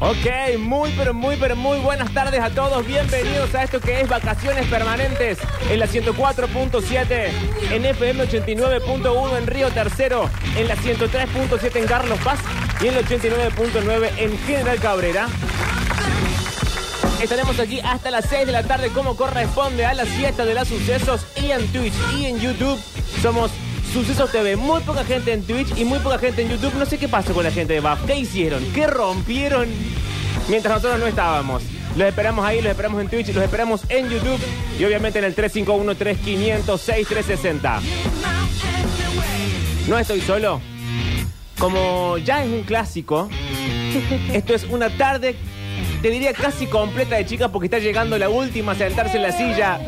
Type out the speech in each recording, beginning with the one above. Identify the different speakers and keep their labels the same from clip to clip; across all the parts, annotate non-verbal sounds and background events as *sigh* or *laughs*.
Speaker 1: Ok, muy pero muy pero muy buenas tardes a todos. Bienvenidos a esto que es Vacaciones Permanentes en la 104.7, en FM 89.1 en Río Tercero, en la 103.7 en Carlos Paz y en la 89.9 en General Cabrera. Estaremos aquí hasta las 6 de la tarde como corresponde a la siesta de los sucesos y en Twitch y en YouTube. Somos Sucesos TV. Muy poca gente en Twitch y muy poca gente en YouTube. No sé qué pasó con la gente de BAF. ¿Qué hicieron? ¿Qué rompieron? Mientras nosotros no estábamos. Los esperamos ahí, los esperamos en Twitch, los esperamos en YouTube y obviamente en el 351-3500-6360. No estoy solo. Como ya es un clásico, esto es una tarde, te diría casi completa de chicas porque está llegando la última a sentarse en la silla.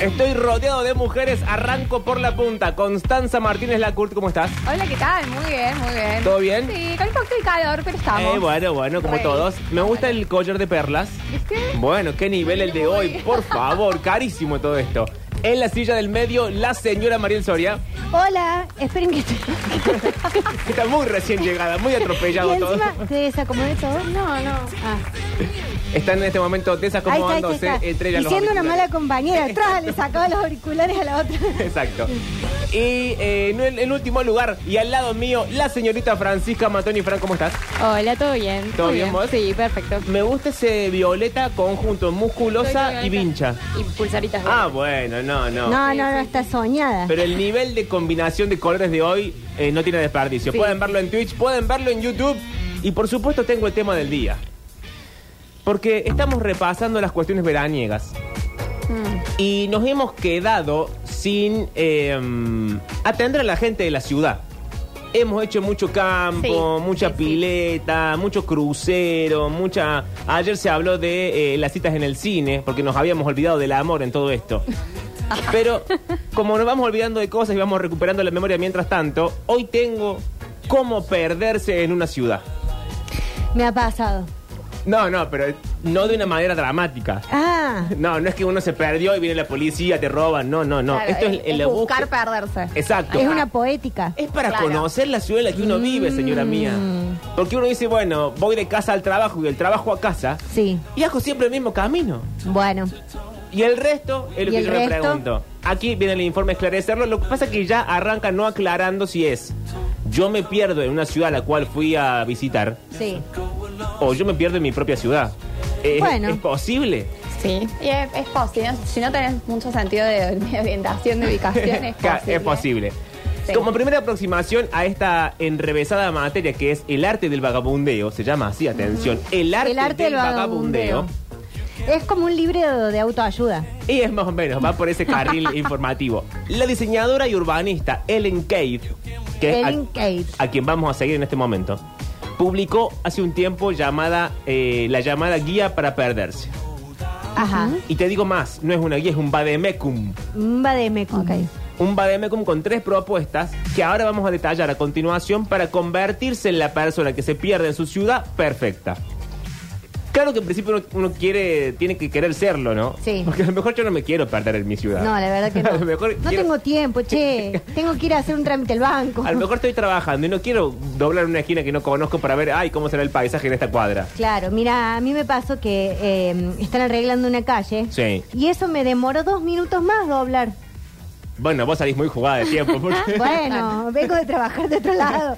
Speaker 1: Estoy rodeado de mujeres, arranco por la punta. Constanza Martínez Lacourt, ¿cómo estás?
Speaker 2: Hola, ¿qué tal? Muy bien, muy bien.
Speaker 1: ¿Todo bien?
Speaker 2: Sí, con un poquito de calor, pero estamos.
Speaker 1: Eh, bueno, bueno, como
Speaker 2: Bueno.
Speaker 1: todos. Me gusta el collar de perlas.
Speaker 2: ¿Viste?
Speaker 1: Bueno, qué nivel el de hoy, por favor, carísimo todo esto. En la silla del medio, la señora Mariel Soria,
Speaker 3: Hola, esperen que estoy.
Speaker 1: que está muy recién llegada,
Speaker 3: *laughs*
Speaker 1: muy
Speaker 3: y
Speaker 1: atropellado todo.
Speaker 3: encima te desacomodé todo.
Speaker 2: No, no.
Speaker 3: Ah,
Speaker 1: Está en este momento
Speaker 3: ahí está, ahí está, ahí
Speaker 1: desacomodándose
Speaker 3: está.
Speaker 1: entre ellas
Speaker 3: Y
Speaker 1: los
Speaker 3: siendo una
Speaker 1: auriculares.
Speaker 3: mala compañera, atrás le sacaba los auriculares a la otra.
Speaker 1: Exacto. Y eh, en, el- en último lugar, y al lado mío, la señorita Francisca Matoni Fran, ¿cómo estás?
Speaker 4: Hola, ¿todo bien?
Speaker 1: ¿Todo
Speaker 4: Muy
Speaker 1: bien, vos?
Speaker 4: Sí, perfecto.
Speaker 1: Me gusta ese violeta conjunto musculosa y vincha.
Speaker 4: Y pulsaritas.
Speaker 1: Ah, bueno, no, no.
Speaker 3: No, no, no, está soñada.
Speaker 1: Pero el nivel de combinación de colores de hoy eh, no tiene desperdicio.
Speaker 4: Sí.
Speaker 1: Pueden verlo en Twitch, pueden verlo en YouTube. Y por supuesto tengo el tema del día. Porque estamos repasando las cuestiones veraniegas. Y nos hemos quedado sin eh, atender a la gente de la ciudad. Hemos hecho mucho campo,
Speaker 4: Sí,
Speaker 1: mucha
Speaker 4: sí, sí.
Speaker 1: pileta, mucho crucero, mucha... Ayer se habló de eh, las citas en el cine, porque nos habíamos olvidado del amor en
Speaker 4: *laughs*
Speaker 1: todo esto. Pero como nos vamos olvidando de cosas y vamos recuperando la memoria mientras tanto, hoy tengo cómo perderse en una ciudad.
Speaker 3: Me ha pasado.
Speaker 1: No, no, pero no de una manera dramática.
Speaker 3: Ah,
Speaker 1: No, no es que uno se perdió y viene la policía, te roban. No, no, no.
Speaker 2: Claro,
Speaker 1: Esto es,
Speaker 2: es-
Speaker 1: en
Speaker 2: es
Speaker 1: la
Speaker 2: buscar
Speaker 1: búsqueda.
Speaker 2: perderse.
Speaker 1: Exacto.
Speaker 3: es una Mm. poética.
Speaker 1: Es para
Speaker 2: Claro.
Speaker 1: conocer la ciudad en la que uno vive, señora mía. Porque uno dice, bueno, voy de casa al trabajo y del trabajo a casa.
Speaker 3: Sí,
Speaker 1: Y hago siempre el mismo camino.
Speaker 3: bueno.
Speaker 1: Y el resto es lo
Speaker 3: ¿Y
Speaker 1: que
Speaker 3: el
Speaker 1: yo me
Speaker 3: resto?
Speaker 1: pregunto. Aquí viene el informe a esclarecerlo. Lo que pasa es que ya arranca no aclarando si es yo me pierdo en una ciudad a la cual fui a visitar
Speaker 3: Sí.
Speaker 1: o yo me pierdo en mi propia ciudad. Eh,
Speaker 3: Bueno.
Speaker 1: ¿Es posible?
Speaker 4: Sí.
Speaker 2: Y es, es posible. Si no tenés mucho sentido de, de orientación, de ubicación, es
Speaker 1: *laughs*
Speaker 2: ¿eh?
Speaker 1: Claro,
Speaker 2: posible.
Speaker 3: ¿eh?
Speaker 1: es posible.
Speaker 2: Sí.
Speaker 1: Como primera aproximación a esta enrevesada materia que es el arte del vagabundeo, se llama así, atención, el arte,
Speaker 3: El arte
Speaker 1: del
Speaker 3: del
Speaker 1: vagabundeo.
Speaker 3: vagabundeo. Es como un libro de autoayuda.
Speaker 1: Y es más o menos, va
Speaker 3: *laughs*
Speaker 1: por ese carril informativo. La diseñadora y urbanista Ellen Cave, que es a-
Speaker 3: Ellen Cave.
Speaker 1: a quien vamos a seguir en este momento, publicó hace un tiempo llamada eh, la llamada Guía para Perderse.
Speaker 3: Ajá.
Speaker 1: Y te digo más, no es una guía, es un vademecum.
Speaker 3: Va de Mecum.
Speaker 1: Un vademecum con tres propuestas que ahora vamos a detallar a continuación para convertirse en la persona que se pierde en su ciudad perfecta. Claro que en principio uno, uno quiere, tiene que querer serlo, ¿no?
Speaker 3: Sí.
Speaker 1: Porque a lo mejor yo no me quiero perder en mi ciudad.
Speaker 3: No, la verdad
Speaker 1: *laughs*
Speaker 3: que no.
Speaker 1: a lo mejor
Speaker 3: no
Speaker 1: quiero-
Speaker 3: tengo tiempo,
Speaker 1: *laughs*
Speaker 3: che. Tengo que ir a hacer un trámite al banco.
Speaker 1: A lo mejor estoy trabajando y no quiero doblar una esquina que no conozco para ver, ay, cómo será el paisaje en esta cuadra.
Speaker 3: Claro, mira, a mí me pasó que eh, están arreglando una calle.
Speaker 1: Sí.
Speaker 3: Y eso me demoró dos minutos más
Speaker 1: *laughs*
Speaker 3: doblar.
Speaker 1: Bueno, vos salís muy jugada de
Speaker 3: *laughs*
Speaker 1: tiempo. Porque... *laughs*
Speaker 3: Bueno, vengo de trabajar de otro lado.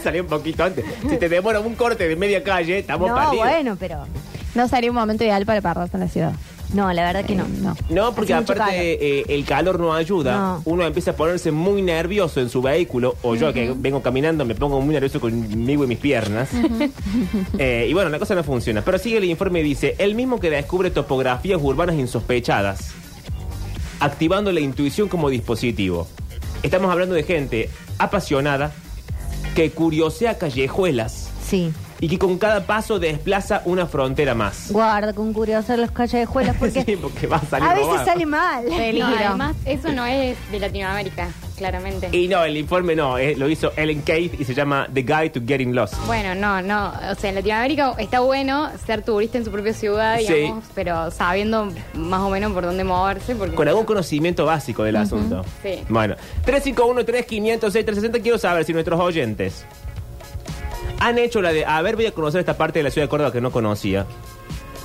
Speaker 1: Salí un poquito antes. Si te demora un corte de media calle, estamos
Speaker 3: No,
Speaker 1: perdidos.
Speaker 3: bueno, pero.
Speaker 2: No sería un momento ideal para perderse en la ciudad. Eh,
Speaker 3: No, la verdad que no.
Speaker 2: No.
Speaker 1: No, porque
Speaker 3: Hace mucho
Speaker 1: aparte eh, el calor no ayuda.
Speaker 3: No.
Speaker 1: Uno empieza a ponerse muy nervioso en su vehículo. O yo que vengo caminando me pongo muy nervioso conmigo y mis piernas. *laughs* Eh, y bueno, la cosa no funciona. Pero sigue el informe y dice, el mismo que descubre topografías urbanas insospechadas, activando la intuición como dispositivo. Estamos hablando de gente apasionada, que curiosea callejuelas
Speaker 3: Sí.
Speaker 1: y que con cada paso desplaza una frontera más.
Speaker 3: Guarda con curioso los callejuelas porque,
Speaker 1: *laughs* Sí, porque va a salir
Speaker 3: a veces
Speaker 1: robado.
Speaker 3: sale mal.
Speaker 4: No, además, eso no es de Latinoamérica, claramente.
Speaker 1: Y no, el informe no, eh, lo hizo Ellen Kate y se llama The Guide to Getting Lost.
Speaker 4: Bueno, no, no. O sea, en Latinoamérica está bueno ser turista en su propia ciudad,
Speaker 1: Sí.
Speaker 4: digamos, pero sabiendo más o menos por dónde moverse. Porque
Speaker 1: Con algún conocimiento básico del asunto.
Speaker 4: sí.
Speaker 1: Bueno, 351-3500-6360, quiero saber si nuestros oyentes han hecho la de, a ver, voy a conocer esta parte de la ciudad de Córdoba que no conocía.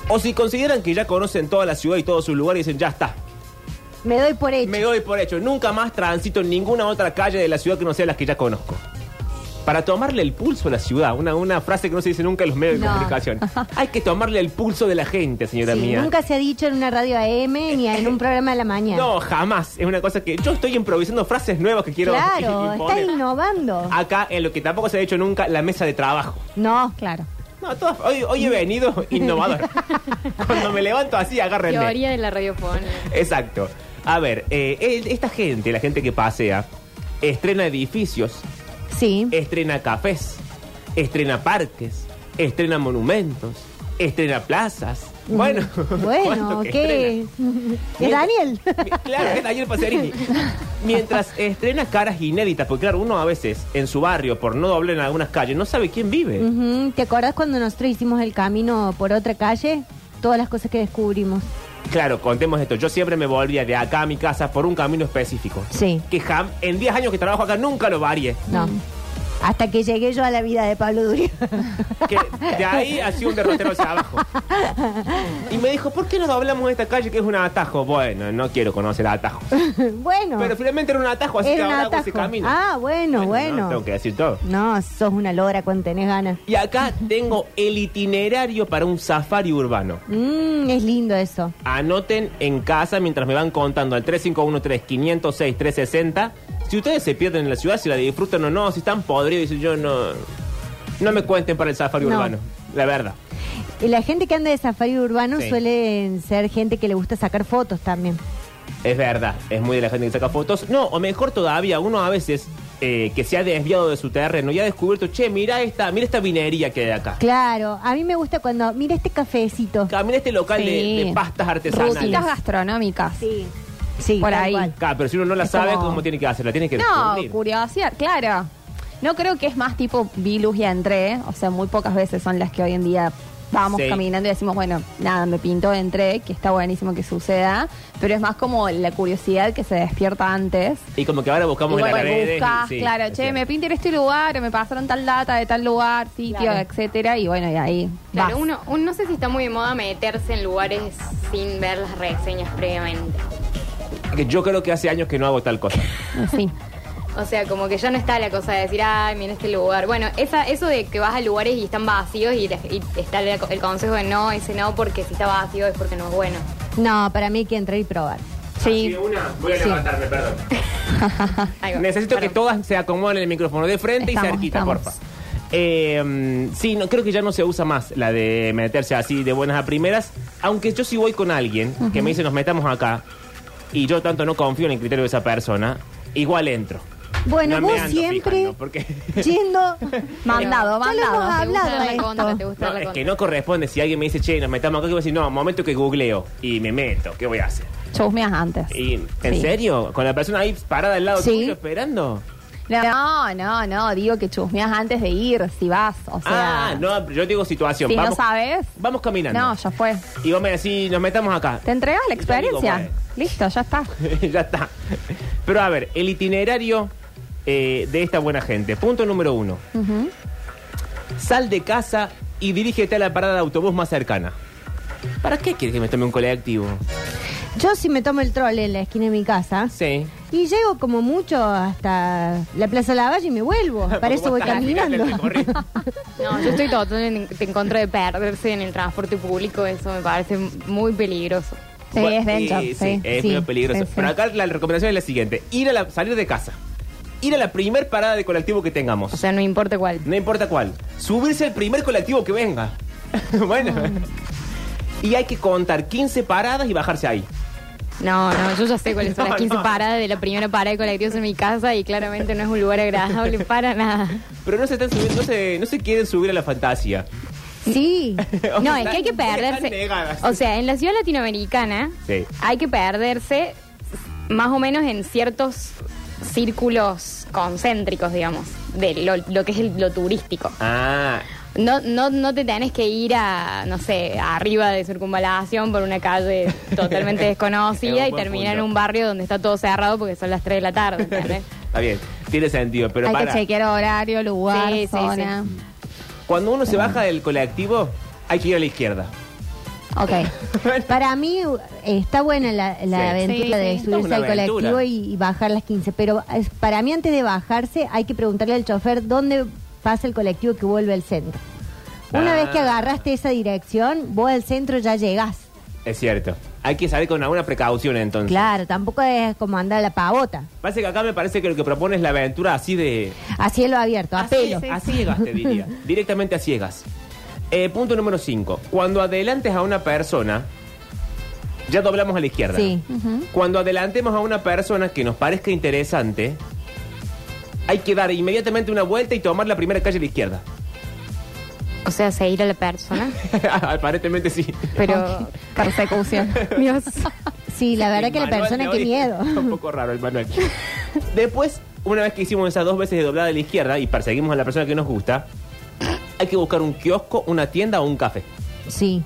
Speaker 1: O si consideran que ya conocen toda la ciudad y todos sus lugares y dicen, ya está,
Speaker 3: Me doy por hecho.
Speaker 1: me doy por hecho, nunca más transito en ninguna otra calle de la ciudad que no sea las que ya conozco. Para tomarle el pulso a la ciudad, una, una frase que no se dice nunca en los medios de
Speaker 3: No. *laughs*
Speaker 1: comunicación. Hay que tomarle el pulso de la gente, señora
Speaker 3: Sí,
Speaker 1: mía.
Speaker 3: nunca se ha dicho en una radio AM ni en un programa de la mañana.
Speaker 1: *laughs* No, jamás. Es una cosa que yo estoy improvisando frases nuevas que quiero
Speaker 3: claro, está
Speaker 1: *laughs* imponer. Ah.
Speaker 3: innovando.
Speaker 1: Acá, en lo que tampoco se ha hecho nunca, la mesa de trabajo.
Speaker 3: No, claro.
Speaker 1: No, todas- hoy, hoy
Speaker 3: *laughs*
Speaker 1: he venido innovador. Cuando me levanto así, agárrenme.
Speaker 4: Teoría de la radiofonía.
Speaker 1: Exacto. A ver, eh, el- esta gente, la gente que pasea, estrena edificios,
Speaker 3: Sí.
Speaker 1: Eh, *laughs* estrena cafés, estrena parques, estrena monumentos, estrena plazas. Bueno,
Speaker 3: Mm,
Speaker 1: *laughs*
Speaker 3: Bueno,
Speaker 1: ¿cuánto que
Speaker 3: ¿qué? ¿Es
Speaker 1: Mientras-
Speaker 3: Daniel?
Speaker 1: Mi- Claro, es Daniel Paserini. Mientras estrena caras inéditas, porque claro, uno a veces en su barrio, por no doblar en algunas calles, no sabe quién vive.
Speaker 3: Ujú, ¿Te acordás cuando nosotros hicimos el camino por otra calle? Todas las cosas que descubrimos.
Speaker 1: Claro, contemos esto. Yo siempre me volvía de acá a mi casa por un camino específico.
Speaker 3: Sí.
Speaker 1: Que jam- en 10 años que trabajo acá nunca lo varié.
Speaker 3: No. Hasta que llegué yo a la vida de Pablo
Speaker 1: *laughs*
Speaker 3: Durio.
Speaker 1: Que de ahí ha sido un derrotero hacia abajo. Y me dijo, ¿por qué no doblamos esta calle que es un atajo? Bueno, no quiero conocer atajos.
Speaker 3: bueno.
Speaker 1: Pero finalmente era un atajo, así que
Speaker 3: era un
Speaker 1: ahora hago ese
Speaker 3: atajo.
Speaker 1: camino.
Speaker 3: Ah, bueno,
Speaker 1: No,
Speaker 3: bueno.
Speaker 1: tengo que decir todo.
Speaker 3: No, sos una lora cuando tenés ganas.
Speaker 1: Y acá tengo el itinerario para un safari urbano.
Speaker 3: Mm, es lindo eso.
Speaker 1: Anoten en casa mientras me van contando al 351-3506-360. Si ustedes se pierden en la ciudad, si la disfrutan o no, si están podridos, dicen yo no. No me cuenten para el safari
Speaker 3: No.
Speaker 1: urbano, la verdad.
Speaker 3: Y la gente que anda de safari urbano
Speaker 1: Sí.
Speaker 3: suele ser gente que le gusta sacar fotos también.
Speaker 1: Es verdad, es muy de la gente que saca fotos. No, o mejor todavía, uno a veces eh, que se ha desviado de su terreno y ha descubierto, che, mira esta, mira esta vinería que hay acá.
Speaker 3: Claro, a mí me gusta cuando. Mira este cafecito.
Speaker 1: Mira este local de,
Speaker 2: Sí.
Speaker 1: de pastas
Speaker 2: Rutitas
Speaker 1: artesanales.
Speaker 2: gastronómicas.
Speaker 3: Sí. Sí,
Speaker 2: Por
Speaker 3: tal
Speaker 2: ahí.
Speaker 3: cual.
Speaker 1: Claro, pero si uno no la
Speaker 2: Es
Speaker 1: sabe,
Speaker 2: como-
Speaker 1: ¿cómo tiene que hacer? La tiene que
Speaker 2: No,
Speaker 1: descubrir.
Speaker 2: curiosidad, claro. No creo que es más tipo vi luz y entré. O sea, muy pocas veces son las que hoy en día vamos
Speaker 1: Sí.
Speaker 2: caminando y decimos, bueno, nada, me pintó, entré, que está buenísimo que suceda. Pero es más como la curiosidad que se despierta antes.
Speaker 1: Y como que ahora buscamos
Speaker 2: Y
Speaker 1: en las
Speaker 2: bueno,
Speaker 1: redes. y
Speaker 2: buscas,
Speaker 1: sí,
Speaker 2: claro,
Speaker 1: es
Speaker 2: che,
Speaker 1: cierto.
Speaker 2: me pinté en este lugar, o me pasaron tal data de tal lugar, sitio,
Speaker 3: Claro.
Speaker 2: etcétera, y bueno, y ahí
Speaker 4: Claro,
Speaker 2: vas.
Speaker 4: uno, uno no sé si está muy de moda meterse en lugares sin ver las reseñas previamente.
Speaker 1: Que yo creo que hace años que no hago tal cosa.
Speaker 2: Sí.
Speaker 4: O sea, como que ya no está la cosa de decir, ay, mira este lugar. Bueno, esa, eso de que vas a lugares y están vacíos y, la- y está la- el consejo de no, ese no, porque si está vacío es porque no es bueno.
Speaker 3: No, para mí hay que entrar y probar.
Speaker 2: Sí.
Speaker 1: una, voy a
Speaker 3: Sí.
Speaker 1: levantarme, perdón.
Speaker 4: Ahí va.
Speaker 1: Necesito que
Speaker 4: Perdón.
Speaker 1: todas se acomoden el micrófono de frente y
Speaker 2: Estamos,
Speaker 1: cerquita,
Speaker 2: estamos.
Speaker 1: porfa. Eh, mm, sí, no, creo que ya no se usa más la de meterse así de buenas a primeras. Aunque yo sí voy con alguien que me dice nos metamos acá y yo tanto no confío en el criterio de esa persona, igual entro.
Speaker 3: Bueno,
Speaker 1: No me
Speaker 3: vos
Speaker 1: ando
Speaker 3: siempre
Speaker 1: fijando, porque-
Speaker 3: *laughs* yendo.
Speaker 2: Mandado,
Speaker 3: Ya lo hemos
Speaker 4: ¿Te gusta
Speaker 2: mandado.
Speaker 3: hablado
Speaker 4: la
Speaker 3: de esto.
Speaker 4: contra? ¿Te gusta
Speaker 1: No,
Speaker 4: la
Speaker 1: es
Speaker 4: contra?
Speaker 1: que no corresponde. Si alguien me dice, che, nos metamos acá, que voy a decir, no, momento que googleo y me meto, ¿qué voy a hacer?
Speaker 2: Chusmeas antes.
Speaker 1: Y, ¿En
Speaker 2: Sí.
Speaker 1: serio? ¿Con la persona ahí parada al lado
Speaker 3: Sí.
Speaker 1: tuyo esperando?
Speaker 2: No, no, no, digo que chusmeas antes de ir, si vas, o sea.
Speaker 1: ah, no, yo digo situación.
Speaker 2: Si no
Speaker 1: vamos,
Speaker 2: sabes,
Speaker 1: Vamos caminando.
Speaker 2: no, ya fue.
Speaker 1: Y vos me decís, nos metamos acá.
Speaker 2: Te entregas la
Speaker 1: Yo digo,
Speaker 2: experiencia.
Speaker 1: bueno.
Speaker 2: Listo, ya está.
Speaker 1: *laughs* ya está. Pero a ver, el itinerario eh, de esta buena gente. Punto número uno. Sal de casa y dirígete a la parada de autobús más cercana. ¿Para qué quieres que me tome un colectivo?
Speaker 3: Yo si me tomo el troll en la esquina de mi casa
Speaker 1: Sí.
Speaker 3: y llego como mucho hasta la Plaza Lavalle y me vuelvo.
Speaker 1: *laughs*
Speaker 3: Para eso voy
Speaker 1: Vos estás mirando
Speaker 3: caminando.
Speaker 1: el recorrido.
Speaker 4: No, yo estoy totalmente en contra de perderse en el transporte público, eso me parece muy peligroso.
Speaker 2: *laughs* Sí,
Speaker 1: Bueno,
Speaker 2: es venture. Sí,
Speaker 1: es
Speaker 2: sí,
Speaker 1: medio peligroso.
Speaker 2: sí, sí.
Speaker 1: Pero acá la recomendación es la siguiente: ir a la, salir de casa, ir a la primer parada de colectivo que tengamos.
Speaker 4: O sea, no importa cuál.
Speaker 1: No importa cuál. Subirse al primer colectivo que venga. *laughs* bueno. Y hay que contar 15 paradas y bajarse ahí.
Speaker 4: No, no, yo ya sé cuáles son
Speaker 1: No,
Speaker 4: las 15
Speaker 1: no.
Speaker 4: paradas de la primera parada de colectivos en mi casa y claramente no es un lugar agradable
Speaker 1: *laughs*
Speaker 4: para nada.
Speaker 1: Pero no se están subiendo, no se, no se quieren subir a la fantasía.
Speaker 3: Sí.
Speaker 4: No, es que hay que
Speaker 1: Están- están
Speaker 4: perderse.
Speaker 1: negadas.
Speaker 4: O sea, en la ciudad latinoamericana
Speaker 1: Sí.
Speaker 4: hay que perderse más o menos en ciertos círculos concéntricos, digamos, de lo, lo que es el- lo turístico.
Speaker 1: Ah,
Speaker 4: No, no, no te tenés que ir a, no sé, arriba de circunvalación por una calle *laughs* totalmente
Speaker 1: Es un
Speaker 4: desconocida y
Speaker 1: buen
Speaker 4: terminar
Speaker 1: punto.
Speaker 4: en un barrio donde está todo cerrado porque son las 3 de la
Speaker 1: *laughs*
Speaker 4: tarde, ¿entendés?
Speaker 1: está bien. Tiene sentido, pero
Speaker 2: Hay
Speaker 1: para.
Speaker 2: que chequear horario, lugar,
Speaker 4: Sí, sí,
Speaker 2: zona.
Speaker 1: Cuando uno se baja del colectivo, hay que ir a la izquierda.
Speaker 3: *laughs* Ok. Para mí eh, está buena la, la
Speaker 1: Sí.
Speaker 3: aventura
Speaker 5: Sí,
Speaker 3: de
Speaker 5: sí.
Speaker 1: Es
Speaker 3: subirse
Speaker 1: una
Speaker 3: al
Speaker 1: aventura.
Speaker 3: colectivo y, y bajar las 15, pero es- para mí antes de bajarse hay que preguntarle al chofer dónde pasa el colectivo que vuelve al centro. Una
Speaker 1: Ah.
Speaker 3: vez que agarraste esa dirección, vos al centro ya llegás.
Speaker 1: Es cierto. Hay que salir con alguna precaución entonces.
Speaker 3: Claro, tampoco es como andar a la pavota.
Speaker 1: Parece que acá me parece que lo que propone es la aventura así de.
Speaker 3: A cielo abierto, a
Speaker 5: Así
Speaker 3: pelo.
Speaker 5: Sí,
Speaker 1: a
Speaker 5: sí.
Speaker 1: ciegas, te
Speaker 3: *laughs*
Speaker 1: diría. Directamente a ciegas. Eh, punto número 5. Cuando adelantes a una persona, ya doblamos a la izquierda.
Speaker 3: Sí.
Speaker 1: Cuando adelantemos a una persona que nos parezca interesante, hay que dar inmediatamente una vuelta y tomar la primera calle a la izquierda.
Speaker 4: *laughs*
Speaker 1: *laughs*
Speaker 4: O sea, seguir a la *laughs* persona.
Speaker 1: Aparentemente sí.
Speaker 4: Pero.
Speaker 1: *laughs*
Speaker 2: Persecución.
Speaker 4: Dios.
Speaker 3: Sí, la verdad
Speaker 1: El
Speaker 3: que la
Speaker 1: manual de
Speaker 3: persona,
Speaker 1: hoy
Speaker 3: qué
Speaker 2: *laughs*
Speaker 3: miedo.
Speaker 1: Está *laughs* un poco raro el manual. Después, una vez que hicimos esas dos veces de doblada a la izquierda y perseguimos a la persona que nos gusta, hay que buscar un kiosco, una tienda o un café.
Speaker 3: Sí.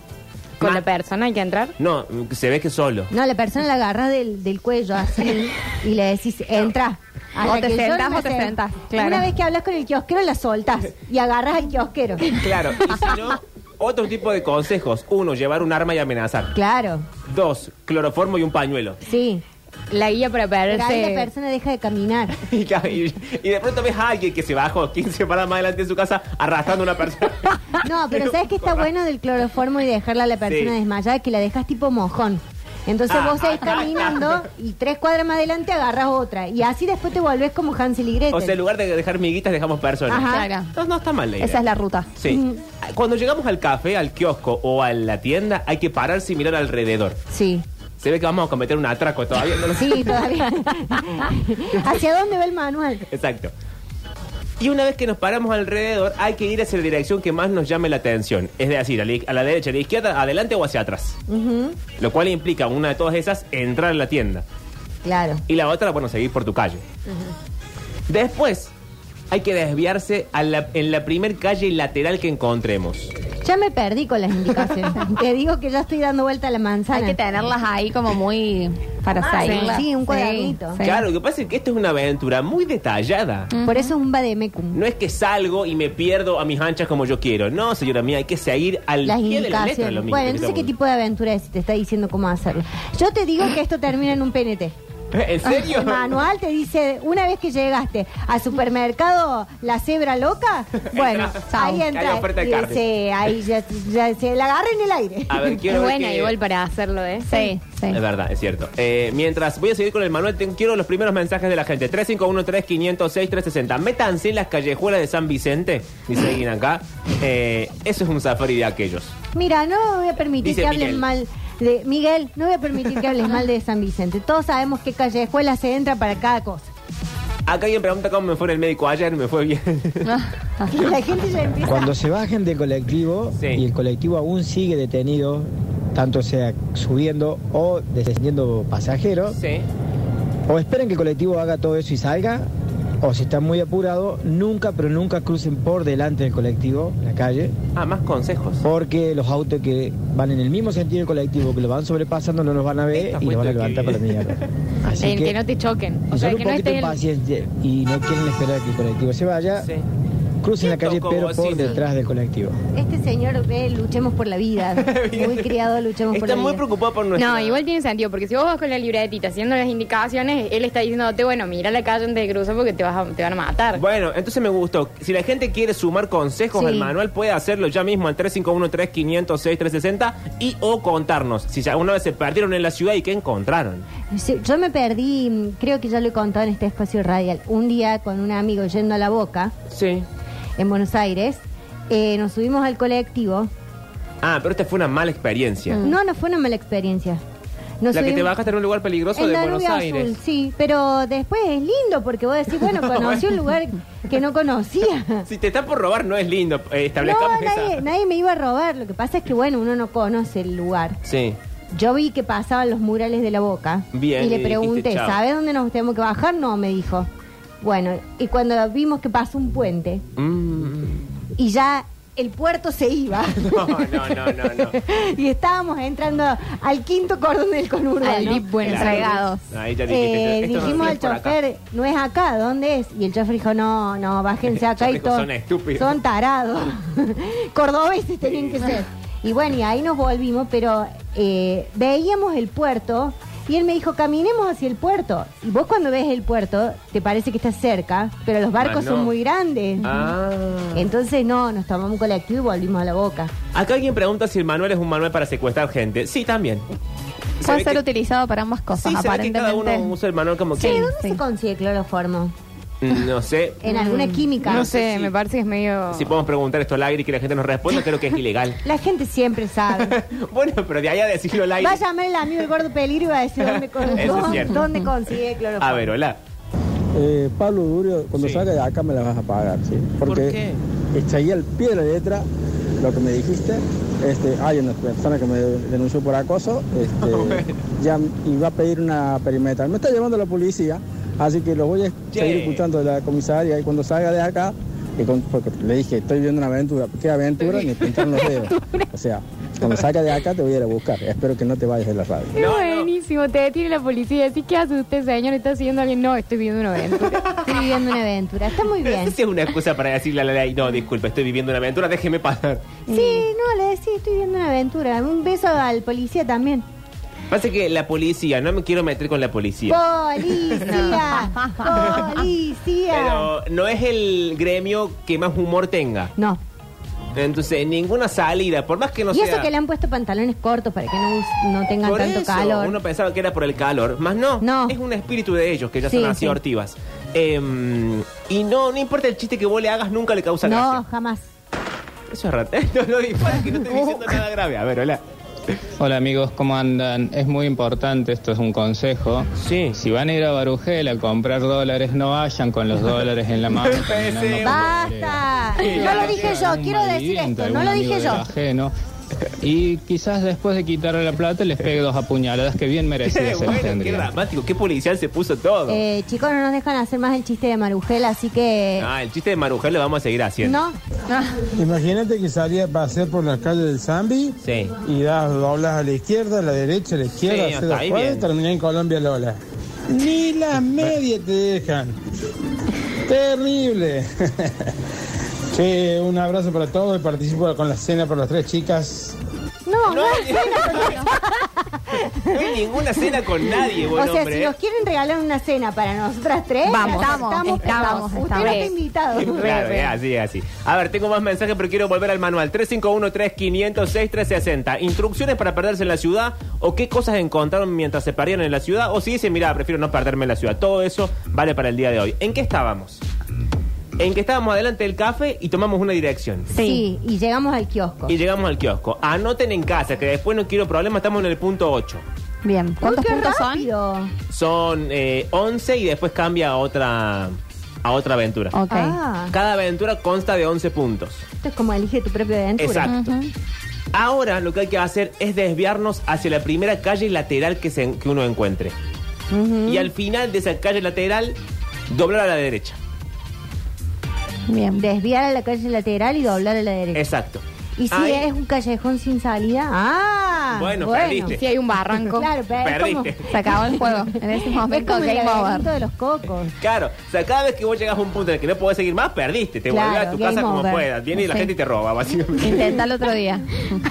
Speaker 4: Con
Speaker 1: Ma-
Speaker 4: la persona hay que entrar.
Speaker 1: No, se ve que solo.
Speaker 3: No, la persona la agarra del, del cuello así y le decís, entra. Hasta
Speaker 2: O te
Speaker 3: que yo
Speaker 2: sentás
Speaker 3: me
Speaker 2: o te
Speaker 3: sen-
Speaker 2: sentás, claro.
Speaker 3: Una vez que hablas con el kiosquero, la soltás y agarras al
Speaker 2: *laughs*
Speaker 3: kiosquero.
Speaker 1: Claro, y si *laughs* no, otro tipo de consejos. Uno, llevar un arma y amenazar.
Speaker 3: Claro,
Speaker 1: Dos, cloroformo y un pañuelo.
Speaker 3: sí.
Speaker 4: La guía para
Speaker 3: Pero ahí la
Speaker 4: perderse.
Speaker 3: persona deja de caminar.
Speaker 1: *laughs* Y, ca- y- y de pronto ves a alguien que se bajó 15 paradas más adelante de su casa arrastrando a una persona.
Speaker 3: *laughs* No, pero ¿sabes qué está bueno del cloroformo y dejarla a la persona
Speaker 1: Sí.
Speaker 3: desmayada? Que la dejas tipo mojón. Entonces
Speaker 1: Ah,
Speaker 3: vos seguís caminando y tres cuadras más adelante agarras otra. Y así después te volvés como Hansel y Gretel.
Speaker 1: O sea, en lugar de dejar miguitas, dejamos personas.
Speaker 3: Ajá.
Speaker 2: Claro.
Speaker 1: Entonces no está mal la idea.
Speaker 2: Esa es la ruta.
Speaker 1: Sí. Cuando llegamos al café, al kiosco o a la tienda, hay que pararse y mirar alrededor.
Speaker 3: Sí.
Speaker 1: Se ve que vamos a cometer un atraco todavía. no lo sé.
Speaker 3: Sí,
Speaker 1: *laughs*
Speaker 3: todavía. ¿Hacia dónde va el manual?
Speaker 1: Exacto. Y una vez que nos paramos alrededor, hay que ir hacia la dirección que más nos llame la atención. Es decir, a la, a la derecha, a la izquierda, adelante o hacia atrás. Lo cual implica, una de todas esas, entrar a la tienda.
Speaker 3: Claro.
Speaker 1: Y la otra, bueno, seguir por tu calle. Después, hay que desviarse a la- en la primer calle lateral que encontremos.
Speaker 3: Ya me perdí con las
Speaker 1: *laughs*
Speaker 3: indicaciones. Te digo que ya estoy dando vuelta a la manzana.
Speaker 2: Hay que tenerlas ahí como muy para
Speaker 3: Ah, sí.
Speaker 2: seguirlas.
Speaker 3: Sí, un cuadernito.
Speaker 1: Claro, lo que pasa es que esto es una aventura muy detallada.
Speaker 3: Por eso es un vademecum.
Speaker 1: No es que salgo y me pierdo a mis anchas como yo quiero. No, señora mía, hay que seguir al
Speaker 3: Las
Speaker 1: pie de la letra.
Speaker 3: indicaciones.
Speaker 1: Lo mismo,
Speaker 3: bueno, entonces, ¿qué tipo de aventura es? Te está diciendo cómo hacerlo. Yo te digo que esto termina en un PNT.
Speaker 1: *laughs* ¿En serio?
Speaker 3: El manual te dice, una vez que llegaste al supermercado, la cebra
Speaker 1: *laughs*
Speaker 3: loca, bueno,
Speaker 1: Entra.
Speaker 3: ahí
Speaker 1: Hay
Speaker 3: entra.
Speaker 1: oferta de
Speaker 3: Y
Speaker 1: carne.
Speaker 3: se- ahí ya, ya se la agarra en el aire.
Speaker 1: A ver,
Speaker 4: Es
Speaker 1: quiero ver
Speaker 4: buena
Speaker 1: que-
Speaker 4: igual para hacerlo, ¿eh?
Speaker 2: Sí, sí.
Speaker 1: Es verdad, es cierto. Eh, mientras voy a seguir con el manual, te- quiero los primeros mensajes de la gente. 351-3506-360. Métanse en las callejuelas de San Vicente, dice alguien acá. Eh, eso es un safari de aquellos.
Speaker 3: *laughs* Mira, no voy a permitir
Speaker 1: Dice
Speaker 3: que hables
Speaker 1: Miguel.
Speaker 3: mal de Miguel, no voy a permitir que hables mal de San Vicente. Todos sabemos qué callejuela se entra para cada
Speaker 1: *laughs*
Speaker 3: cosa.
Speaker 1: Acá alguien pregunta cómo me fue en el médico ayer, me fue bien. *laughs*
Speaker 3: Y la gente ya empieza.
Speaker 6: Cuando se bajen del colectivo
Speaker 1: Sí.
Speaker 6: y el colectivo aún sigue detenido, tanto sea subiendo o descendiendo pasajeros,
Speaker 1: sí.
Speaker 6: o esperen que el colectivo haga todo eso y salga, o si están muy apurados, nunca, pero nunca crucen por delante del colectivo, la calle,
Speaker 1: Ah, más consejos.
Speaker 6: porque los autos que van en el mismo sentido del colectivo, que lo van sobrepasando, no los van a ver
Speaker 1: Esta
Speaker 6: y los van a
Speaker 1: cuenta
Speaker 6: levantar
Speaker 1: que-
Speaker 6: para la mierda.
Speaker 1: *laughs*
Speaker 6: Así
Speaker 4: En
Speaker 6: que,
Speaker 4: que no te choquen.
Speaker 6: si
Speaker 4: O
Speaker 6: son
Speaker 4: sea,
Speaker 6: un
Speaker 4: que no
Speaker 6: poquito
Speaker 4: estén.
Speaker 6: impacientes y no quieren esperar que el colectivo se vaya,
Speaker 1: Sí.
Speaker 6: crucen la calle,
Speaker 1: Siento como
Speaker 6: pero por
Speaker 1: bocina.
Speaker 6: detrás del colectivo.
Speaker 3: Este señor ve Luchemos por la
Speaker 1: *laughs*
Speaker 3: vida. Muy criado, luchemos por la
Speaker 1: Está muy
Speaker 3: vida.
Speaker 1: preocupado por nuestra...
Speaker 4: No, igual tiene sentido, porque si vos vas con la libretita haciendo las indicaciones, él está diciéndote, bueno, mira la calle antes de cruzar porque te, vas a- te van a matar.
Speaker 1: Bueno, entonces me gustó. Si la gente quiere sumar consejos
Speaker 3: Sí.
Speaker 1: al manual, puede hacerlo ya mismo al 351-3506-360 y o contarnos si alguna vez se perdieron en la ciudad y qué encontraron.
Speaker 3: Sí, Yo me perdí, mm, creo que ya lo he contado en este espacio radial, un día con un amigo yendo a la boca
Speaker 1: Sí.
Speaker 3: en Buenos Aires. eh, nos subimos al colectivo.
Speaker 1: Ah, pero esta fue una mala experiencia.
Speaker 3: No, no fue una mala experiencia. Nos
Speaker 1: la que te
Speaker 3: subimos-
Speaker 1: bajaste en un lugar peligroso
Speaker 3: En
Speaker 1: de
Speaker 3: Danubio
Speaker 1: Buenos
Speaker 3: Azul,
Speaker 1: Aires.
Speaker 3: sí, pero después es lindo porque vos decís,
Speaker 1: *laughs*
Speaker 3: bueno, conocí un lugar que no conocía.
Speaker 1: Si *laughs* te están por robar, no es lindo. Eh,
Speaker 3: No,
Speaker 1: establezcamos
Speaker 3: nadie,
Speaker 1: esa.
Speaker 3: nadie me iba a robar. Lo que pasa es que, bueno, uno no conoce el lugar.
Speaker 1: Sí.
Speaker 3: Yo vi que pasaban los murales de la boca.
Speaker 1: Bien,
Speaker 3: y
Speaker 1: y
Speaker 3: le
Speaker 1: dijiste,
Speaker 3: pregunté,
Speaker 1: chao.
Speaker 3: ¿sabes dónde nos tenemos que bajar? No, me dijo. Bueno, y cuando vimos que pasó un puente
Speaker 1: Mm,
Speaker 3: y ya el puerto se iba.
Speaker 1: *laughs* No, no, no, no, no.
Speaker 3: y estábamos entrando al quinto cordón del conurbano.
Speaker 2: Al VIP Buenos
Speaker 1: Claro.
Speaker 2: Aires.
Speaker 1: Ahí ya dijiste,
Speaker 3: Eh,
Speaker 1: esto no
Speaker 3: dijimos
Speaker 1: es
Speaker 3: al
Speaker 1: por acá.
Speaker 3: chofer, no es acá, ¿dónde es? Y el chofer dijo, no, no, bájense acá
Speaker 1: *laughs* El
Speaker 3: y
Speaker 1: chofer dijo,
Speaker 3: todo.
Speaker 1: "Son estúpidos".
Speaker 3: Son
Speaker 1: *laughs*
Speaker 3: tarados. Cordobeses tenían que ser. Y bueno, y ahí nos volvimos, pero eh, veíamos el puerto y él me dijo, caminemos hacia el puerto. Y vos cuando ves el puerto, te parece que está cerca, pero los barcos
Speaker 1: Ah, no.
Speaker 3: son muy grandes.
Speaker 1: Ah.
Speaker 3: Entonces, no, nos tomamos un colectivo y volvimos a la boca.
Speaker 1: Acá alguien pregunta si el manual es un manual para secuestrar gente. Sí, también. Se
Speaker 2: Puede
Speaker 1: ve
Speaker 2: ser
Speaker 1: que-
Speaker 2: utilizado para ambas cosas,
Speaker 1: Sí, se ve que
Speaker 2: aparentemente.
Speaker 1: cada uno usa el manual como
Speaker 3: Sí,
Speaker 1: quiere.
Speaker 3: ¿dónde
Speaker 2: sí.
Speaker 3: se consigue cloroformo?
Speaker 1: No sé.
Speaker 3: *laughs* En alguna química.
Speaker 4: No
Speaker 1: sé
Speaker 4: sé,
Speaker 1: si-
Speaker 4: me parece que es medio.
Speaker 1: Si podemos preguntar esto al aire y que la gente nos responda, creo que es ilegal. *laughs*
Speaker 3: La gente siempre sabe.
Speaker 1: bueno, pero de *laughs* ahí a decirlo al aire.
Speaker 3: Va a llamar el amigo el gordo peligro y va a decir
Speaker 1: *laughs*
Speaker 3: dónde, con-
Speaker 1: Eso es
Speaker 3: dónde,
Speaker 1: cierto.
Speaker 3: dónde consigue cloroformo.
Speaker 1: A ver, hola.
Speaker 5: Eh, Pablo Durio, cuando
Speaker 1: Sí.
Speaker 5: salga de acá me la vas a pagar, ¿sí? Porque seguí al pie de la letra lo que me dijiste. Este, hay una persona que me denunció por acoso este, ya m- y va a pedir una perimetral. Me está llamando la policía, así que lo voy a
Speaker 1: Che.
Speaker 5: seguir escuchando de la comisaria y cuando salga de acá, y con- porque le dije, estoy viendo una aventura. ¿Qué aventura? Ni pintar los dedos. O sea, cuando salga de acá te voy a ir a buscar. Espero que no te vayas de la radio.
Speaker 4: Qué
Speaker 1: No, no.
Speaker 4: buenísimo, te detiene la policía. Así que hace usted, señor, está siguiendo a alguien. No, estoy viviendo una aventura.
Speaker 3: Estoy viviendo una aventura. Está muy
Speaker 1: Pero no sé
Speaker 3: bien.
Speaker 1: si es una excusa para decirle a la ley, no, disculpa, estoy viviendo una aventura, déjeme pasar.
Speaker 3: Sí, no, le decía, estoy viviendo una aventura. Un beso al policía también.
Speaker 1: Pasa que la policía, no me quiero meter con la policía. *laughs*
Speaker 3: ¡Policía! ¡Policía!
Speaker 1: Pero no es el gremio que más humor tenga.
Speaker 3: No.
Speaker 1: Entonces, ninguna salida, por más que no
Speaker 3: y
Speaker 1: sea...
Speaker 3: eso que le han puesto pantalones cortos para que no, us- no tengan
Speaker 1: Por
Speaker 3: tanto
Speaker 1: eso,
Speaker 3: calor.
Speaker 1: Uno pensaba que era por el calor, más no,
Speaker 3: No.
Speaker 1: es un espíritu de ellos que ya
Speaker 3: Sí,
Speaker 1: son así
Speaker 3: sí.
Speaker 1: hortivas. Em, y no, no importa el chiste que vos le hagas, nunca le causa
Speaker 3: No,
Speaker 1: gracia.
Speaker 3: jamás.
Speaker 1: Eso es rata. *laughs* No, no, dispara, que no
Speaker 3: *laughs*
Speaker 1: estoy diciendo nada grave. A ver, hola.
Speaker 7: Hola amigos, ¿cómo andan? Es muy importante, esto es un consejo.
Speaker 1: Sí.
Speaker 7: Si van a ir a Barujel a comprar dólares, no vayan con los dólares en la
Speaker 1: *laughs*
Speaker 7: mano. caminando por la
Speaker 3: ¡Basta!
Speaker 1: Sí,
Speaker 3: No
Speaker 1: la
Speaker 3: Ah, lo dije yo,
Speaker 7: un
Speaker 3: quiero decir
Speaker 7: malviviente,
Speaker 3: esto, no
Speaker 7: algún
Speaker 3: lo
Speaker 7: amigo
Speaker 3: dije
Speaker 7: del
Speaker 3: yo.
Speaker 7: ajeno. Y quizás después de quitarle la plata les pegue dos apuñaladas que bien
Speaker 1: Qué *laughs*
Speaker 7: merecidas se
Speaker 1: bueno,
Speaker 7: las
Speaker 1: qué
Speaker 7: tendrían.
Speaker 1: dramático, qué policial se puso todo.
Speaker 3: Eh, chicos, no nos dejan hacer más el chiste de Marujel, así que...
Speaker 1: Ah, el chiste de Marujel lo vamos a seguir haciendo.
Speaker 3: No,
Speaker 5: Imagínate que salía a pasear por las calles del Zambi
Speaker 1: Sí.
Speaker 5: y das doblas a la izquierda, a la derecha, a la
Speaker 1: Sí,
Speaker 5: izquierda, haces
Speaker 1: hasta
Speaker 5: dos
Speaker 1: ahí
Speaker 5: cuadras
Speaker 1: bien.
Speaker 5: y terminás en Colombia Lola. Ni la media te dejan.
Speaker 1: *laughs*
Speaker 5: Terrible. Che, un abrazo para todos y participo con la cena por las tres chicas.
Speaker 3: no,
Speaker 1: *laughs* No
Speaker 3: no.
Speaker 1: hay, no hay ninguna cena con nadie, buen
Speaker 3: o sea,
Speaker 1: hombre. ¿eh?
Speaker 3: si nos quieren regalar una cena para nosotras tres,
Speaker 2: Vamos.
Speaker 3: estamos, estamos, estamos,
Speaker 2: Estamos, estamos.
Speaker 3: Usted no está *laughs* invitado.
Speaker 1: Claro, es así, es así. A ver, tengo más mensajes, pero quiero volver al manual. 351-3500-6360. Instrucciones para perderse en la ciudad o qué cosas encontraron mientras se perdían en la ciudad. O si dicen, mira, prefiero no perderme en la ciudad. Todo eso vale para el día de hoy. ¿En qué estábamos? En que estábamos adelante del café y tomamos una dirección.
Speaker 3: Sí, y llegamos al kiosco.
Speaker 1: Y llegamos al kiosco. Anoten en casa, que después no quiero problemas, estamos en el punto 8.
Speaker 2: Bien. ¿Cuántos puntos
Speaker 3: son?
Speaker 1: Son eh, 11 y después cambia a otra, a otra aventura.
Speaker 2: son? Ok.
Speaker 3: Ah,
Speaker 1: Cada aventura consta de 11 puntos.
Speaker 3: esto es como elige tu propia aventura.
Speaker 1: Exacto. Ahora lo que hay que hacer es desviarnos hacia la primera calle lateral que, se- que uno encuentre. Y al final de esa calle lateral, doblar a la derecha.
Speaker 2: Bien.
Speaker 3: Desviar a la calle lateral y doblar a la derecha.
Speaker 1: Exacto.
Speaker 3: Y si
Speaker 1: Ahí-
Speaker 3: es un callejón sin salida, ah,
Speaker 1: Bueno, perdiste.
Speaker 4: Si hay un barranco.
Speaker 3: Claro, pero es como,
Speaker 1: Perdiste.
Speaker 2: Se acabó el juego. En
Speaker 3: *laughs*
Speaker 2: ese
Speaker 3: es
Speaker 2: momento,
Speaker 3: como el
Speaker 2: game
Speaker 3: laberinto de
Speaker 2: over.
Speaker 3: los
Speaker 2: *laughs*
Speaker 3: cocos.
Speaker 1: Claro, o sea, cada vez que vos llegas a un punto en el que no podés seguir más, perdiste. Te
Speaker 3: Claro,
Speaker 1: volvés a tu
Speaker 3: game
Speaker 1: casa como
Speaker 3: over.
Speaker 1: puedas. Viene la
Speaker 2: Sí.
Speaker 1: gente y te roba, básicamente.
Speaker 2: Intentalo otro día.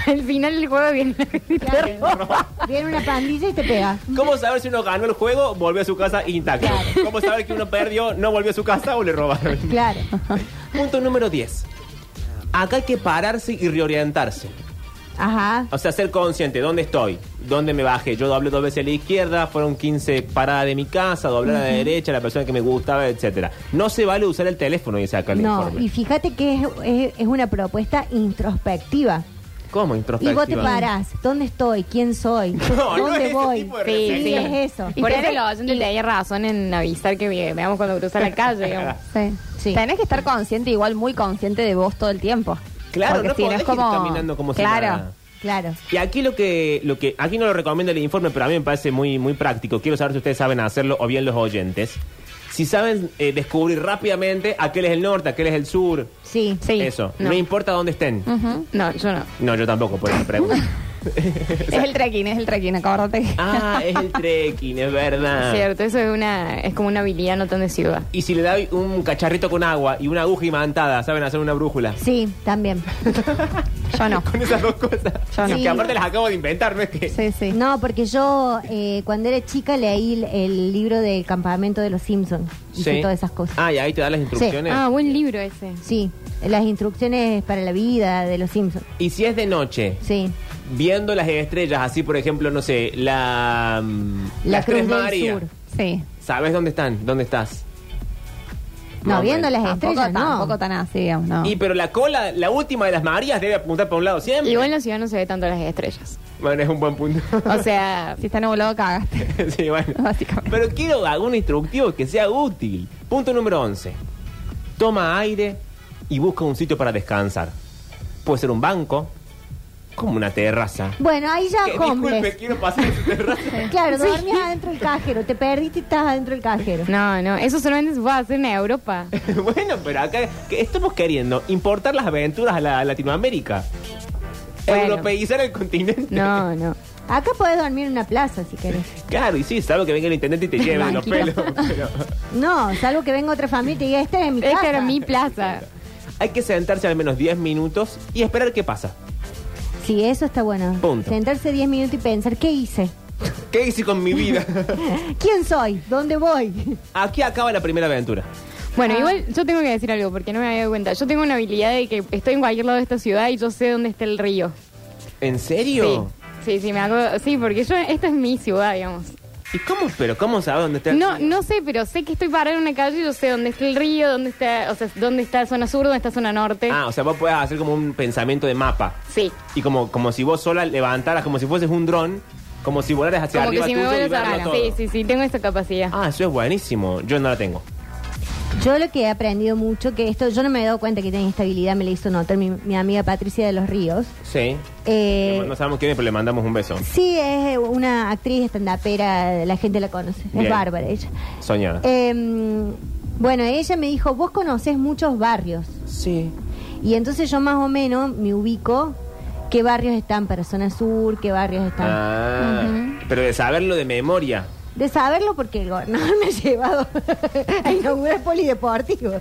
Speaker 4: Al final el juego viene.
Speaker 3: Viene una pandilla y te pega.
Speaker 1: ¿Cómo saber si uno ganó el juego, volvió a su casa intacto? ¿Cómo saber que uno perdió, no volvió a su casa o le robaron?
Speaker 3: *laughs*
Speaker 2: *laughs*
Speaker 3: Claro.
Speaker 1: Punto número 10. Acá hay que pararse y reorientarse.
Speaker 3: Ajá.
Speaker 1: O sea, ser consciente, ¿dónde estoy? ¿Dónde me bajé? Yo doblé dos veces a la izquierda, fueron 15 paradas de mi casa, doblé a la derecha, la persona que me gustaba, etcétera. No se vale usar el teléfono y sacar el
Speaker 3: No,
Speaker 1: informe.
Speaker 3: y fíjate que es, es- es una propuesta introspectiva.
Speaker 1: ¿Cómo
Speaker 3: Y
Speaker 1: introspectiva?
Speaker 3: vos te parás, ¿dónde estoy? ¿Quién soy?
Speaker 1: *laughs* No, no es
Speaker 3: ¿Dónde
Speaker 1: ese
Speaker 3: voy?
Speaker 1: tipo de
Speaker 3: Sí,
Speaker 1: reflexión.
Speaker 3: sí, es eso.
Speaker 4: Y por eso los oyentes tenían razón en avisar que ve- veamos cuando cruza la calle, digamos.
Speaker 2: Sí.
Speaker 3: Sí.
Speaker 2: Tenés que estar consciente, igual muy consciente de vos todo el tiempo.
Speaker 1: Claro,
Speaker 2: Porque
Speaker 1: no
Speaker 2: si no
Speaker 1: podés
Speaker 2: es
Speaker 1: ir
Speaker 2: como.
Speaker 1: caminando como si
Speaker 2: claro.
Speaker 1: nada.
Speaker 3: Claro.
Speaker 1: Y aquí lo que, lo que, aquí no lo recomiendo el informe, pero a mí me parece muy, muy práctico. Quiero saber si ustedes saben hacerlo o bien los oyentes. si saben eh, descubrir rápidamente aquel es el norte, aquel es el sur.
Speaker 3: Sí. Mm.
Speaker 4: Sí.
Speaker 1: Eso, no.
Speaker 4: No.
Speaker 1: importa dónde estén. *laughs*
Speaker 2: Ujú.
Speaker 4: No, yo no.
Speaker 1: No, yo tampoco, por eso pregunto.
Speaker 3: *laughs*
Speaker 2: Es el trekking, es el trekking, acordate.
Speaker 1: ah, es el trekking, es verdad.
Speaker 4: Cierto, eso es una es como una habilidad no tan de ciudad.
Speaker 1: Y si le da un cacharrito con agua y una aguja imantada, saben hacer una brújula. *laughs*
Speaker 3: Sí, también.
Speaker 2: Yo no.
Speaker 1: Con esas dos cosas.
Speaker 2: Yo no.
Speaker 1: Que aparte las acabo de inventar, ¿no es que?
Speaker 2: Sí, sí.
Speaker 3: No, porque yo eh, cuando era chica leí el, el libro del campamento de los Simpsons. Hice todas esas cosas.
Speaker 1: Ah, y ahí te dan las instrucciones.
Speaker 4: Ah, buen libro ese.
Speaker 3: Sí, las instrucciones para la vida de los Simpsons.
Speaker 1: Y si es de noche,
Speaker 3: Sí.
Speaker 1: viendo las estrellas, así por ejemplo, no sé, la. mm,
Speaker 3: La
Speaker 1: las
Speaker 3: Cruz
Speaker 1: Tres
Speaker 3: del
Speaker 1: Marías.
Speaker 3: Sur.
Speaker 2: Sí.
Speaker 1: ¿Sabes dónde están? ¿Dónde estás?
Speaker 3: No,
Speaker 1: Más o
Speaker 3: viendo
Speaker 1: menos.
Speaker 3: las
Speaker 2: Tampoco,
Speaker 3: estrellas, no.
Speaker 2: tampoco tan así, digamos, no.
Speaker 1: Eh, Y pero la cola, la última de las Marías debe apuntar para un lado siempre.
Speaker 4: Igual en la ciudad no se ve tanto las estrellas.
Speaker 1: Bueno, es un buen punto.
Speaker 4: O sea,
Speaker 2: Si está nublado,
Speaker 1: *laughs*
Speaker 2: cagaste.
Speaker 1: sí, bueno.
Speaker 2: Básicamente.
Speaker 1: Pero quiero algún instructivo que sea útil. Punto número 11. Toma aire y busca un sitio para descansar. Puede ser un banco, como una terraza.
Speaker 3: Bueno, ahí
Speaker 4: Ah,
Speaker 3: ya
Speaker 1: Que, disculpe,
Speaker 3: cumples.
Speaker 1: quiero pasar esa terraza. *laughs*
Speaker 3: Claro, dormías adentro del cajero, te perdiste y estás adentro del cajero.
Speaker 4: no, no, eso solamente se puede hacer en Europa.
Speaker 1: bueno, pero acá que estamos queriendo importar las aventuras a, la, a Latinoamérica.
Speaker 4: Bueno.
Speaker 1: Europeizar el continente.
Speaker 4: No, no.
Speaker 3: Acá podés dormir en una plaza si querés.
Speaker 1: *laughs* Claro, y sí, salvo que venga el intendente y te lleve de los pelos.
Speaker 4: Tranquilo. *laughs*
Speaker 1: pero
Speaker 3: No, salvo que venga otra familia y te diga, esta es mi casa.
Speaker 4: Esta Este era mi plaza.
Speaker 1: hay que sentarse al menos 10 minutos y esperar qué pasa.
Speaker 3: Sí, eso está bueno.
Speaker 1: Punto.
Speaker 3: Sentarse 10 minutos y pensar, ¿qué hice?
Speaker 1: ¿Qué hice con mi *laughs* vida?
Speaker 3: ¿Quién soy? ¿Dónde voy?
Speaker 1: Aquí acaba la primera aventura.
Speaker 2: Ah.
Speaker 4: Bueno, igual yo tengo que decir algo porque no me había dado cuenta. Yo tengo una habilidad de que estoy en cualquier lado de esta ciudad y yo sé dónde está el río.
Speaker 1: ¿En
Speaker 4: Sí.
Speaker 1: serio?
Speaker 4: Sí, sí, me hago. Sí, porque yo esta es mi ciudad, digamos.
Speaker 1: ¿Y cómo? ¿Pero cómo sabe dónde está? el
Speaker 4: No,
Speaker 1: río?
Speaker 4: no sé, pero sé que estoy parada en una calle y yo sé dónde está el río, dónde está, o sea, dónde está zona sur, dónde está zona norte.
Speaker 1: Ah, o sea, vos podés hacer como un pensamiento de mapa.
Speaker 4: Sí.
Speaker 1: Y como, como si vos sola levantaras, como si fueses un dron, como si volaras hacia
Speaker 4: Como que
Speaker 1: arriba
Speaker 4: si me
Speaker 1: tuyo
Speaker 4: voy
Speaker 1: y
Speaker 4: a
Speaker 1: verlo
Speaker 4: la
Speaker 1: todo.
Speaker 4: Sí, sí, sí, tengo esa capacidad. *laughs*
Speaker 1: Ah, eso es buenísimo. Yo no la tengo.
Speaker 3: Yo lo que he aprendido mucho, que esto yo no me he dado cuenta que tenía esta habilidad, me la hizo notar mi, mi amiga Patricia de los Ríos.
Speaker 1: Sí.
Speaker 3: Eh,
Speaker 1: no sabemos quién es, pero le mandamos un beso.
Speaker 3: sí, es una actriz estandapera, la gente la conoce,
Speaker 1: Bien. Ah.
Speaker 3: es bárbara ella.
Speaker 1: Soñada.
Speaker 3: Eh, bueno, ella me dijo, vos conocés muchos barrios.
Speaker 1: sí.
Speaker 3: Y entonces yo más o menos me ubico qué barrios están para zona sur, qué barrios están...
Speaker 1: Ah, pero de saberlo de memoria.
Speaker 3: De saberlo porque el gobernador *laughs* me ha llevado a inaugurar polideportivo.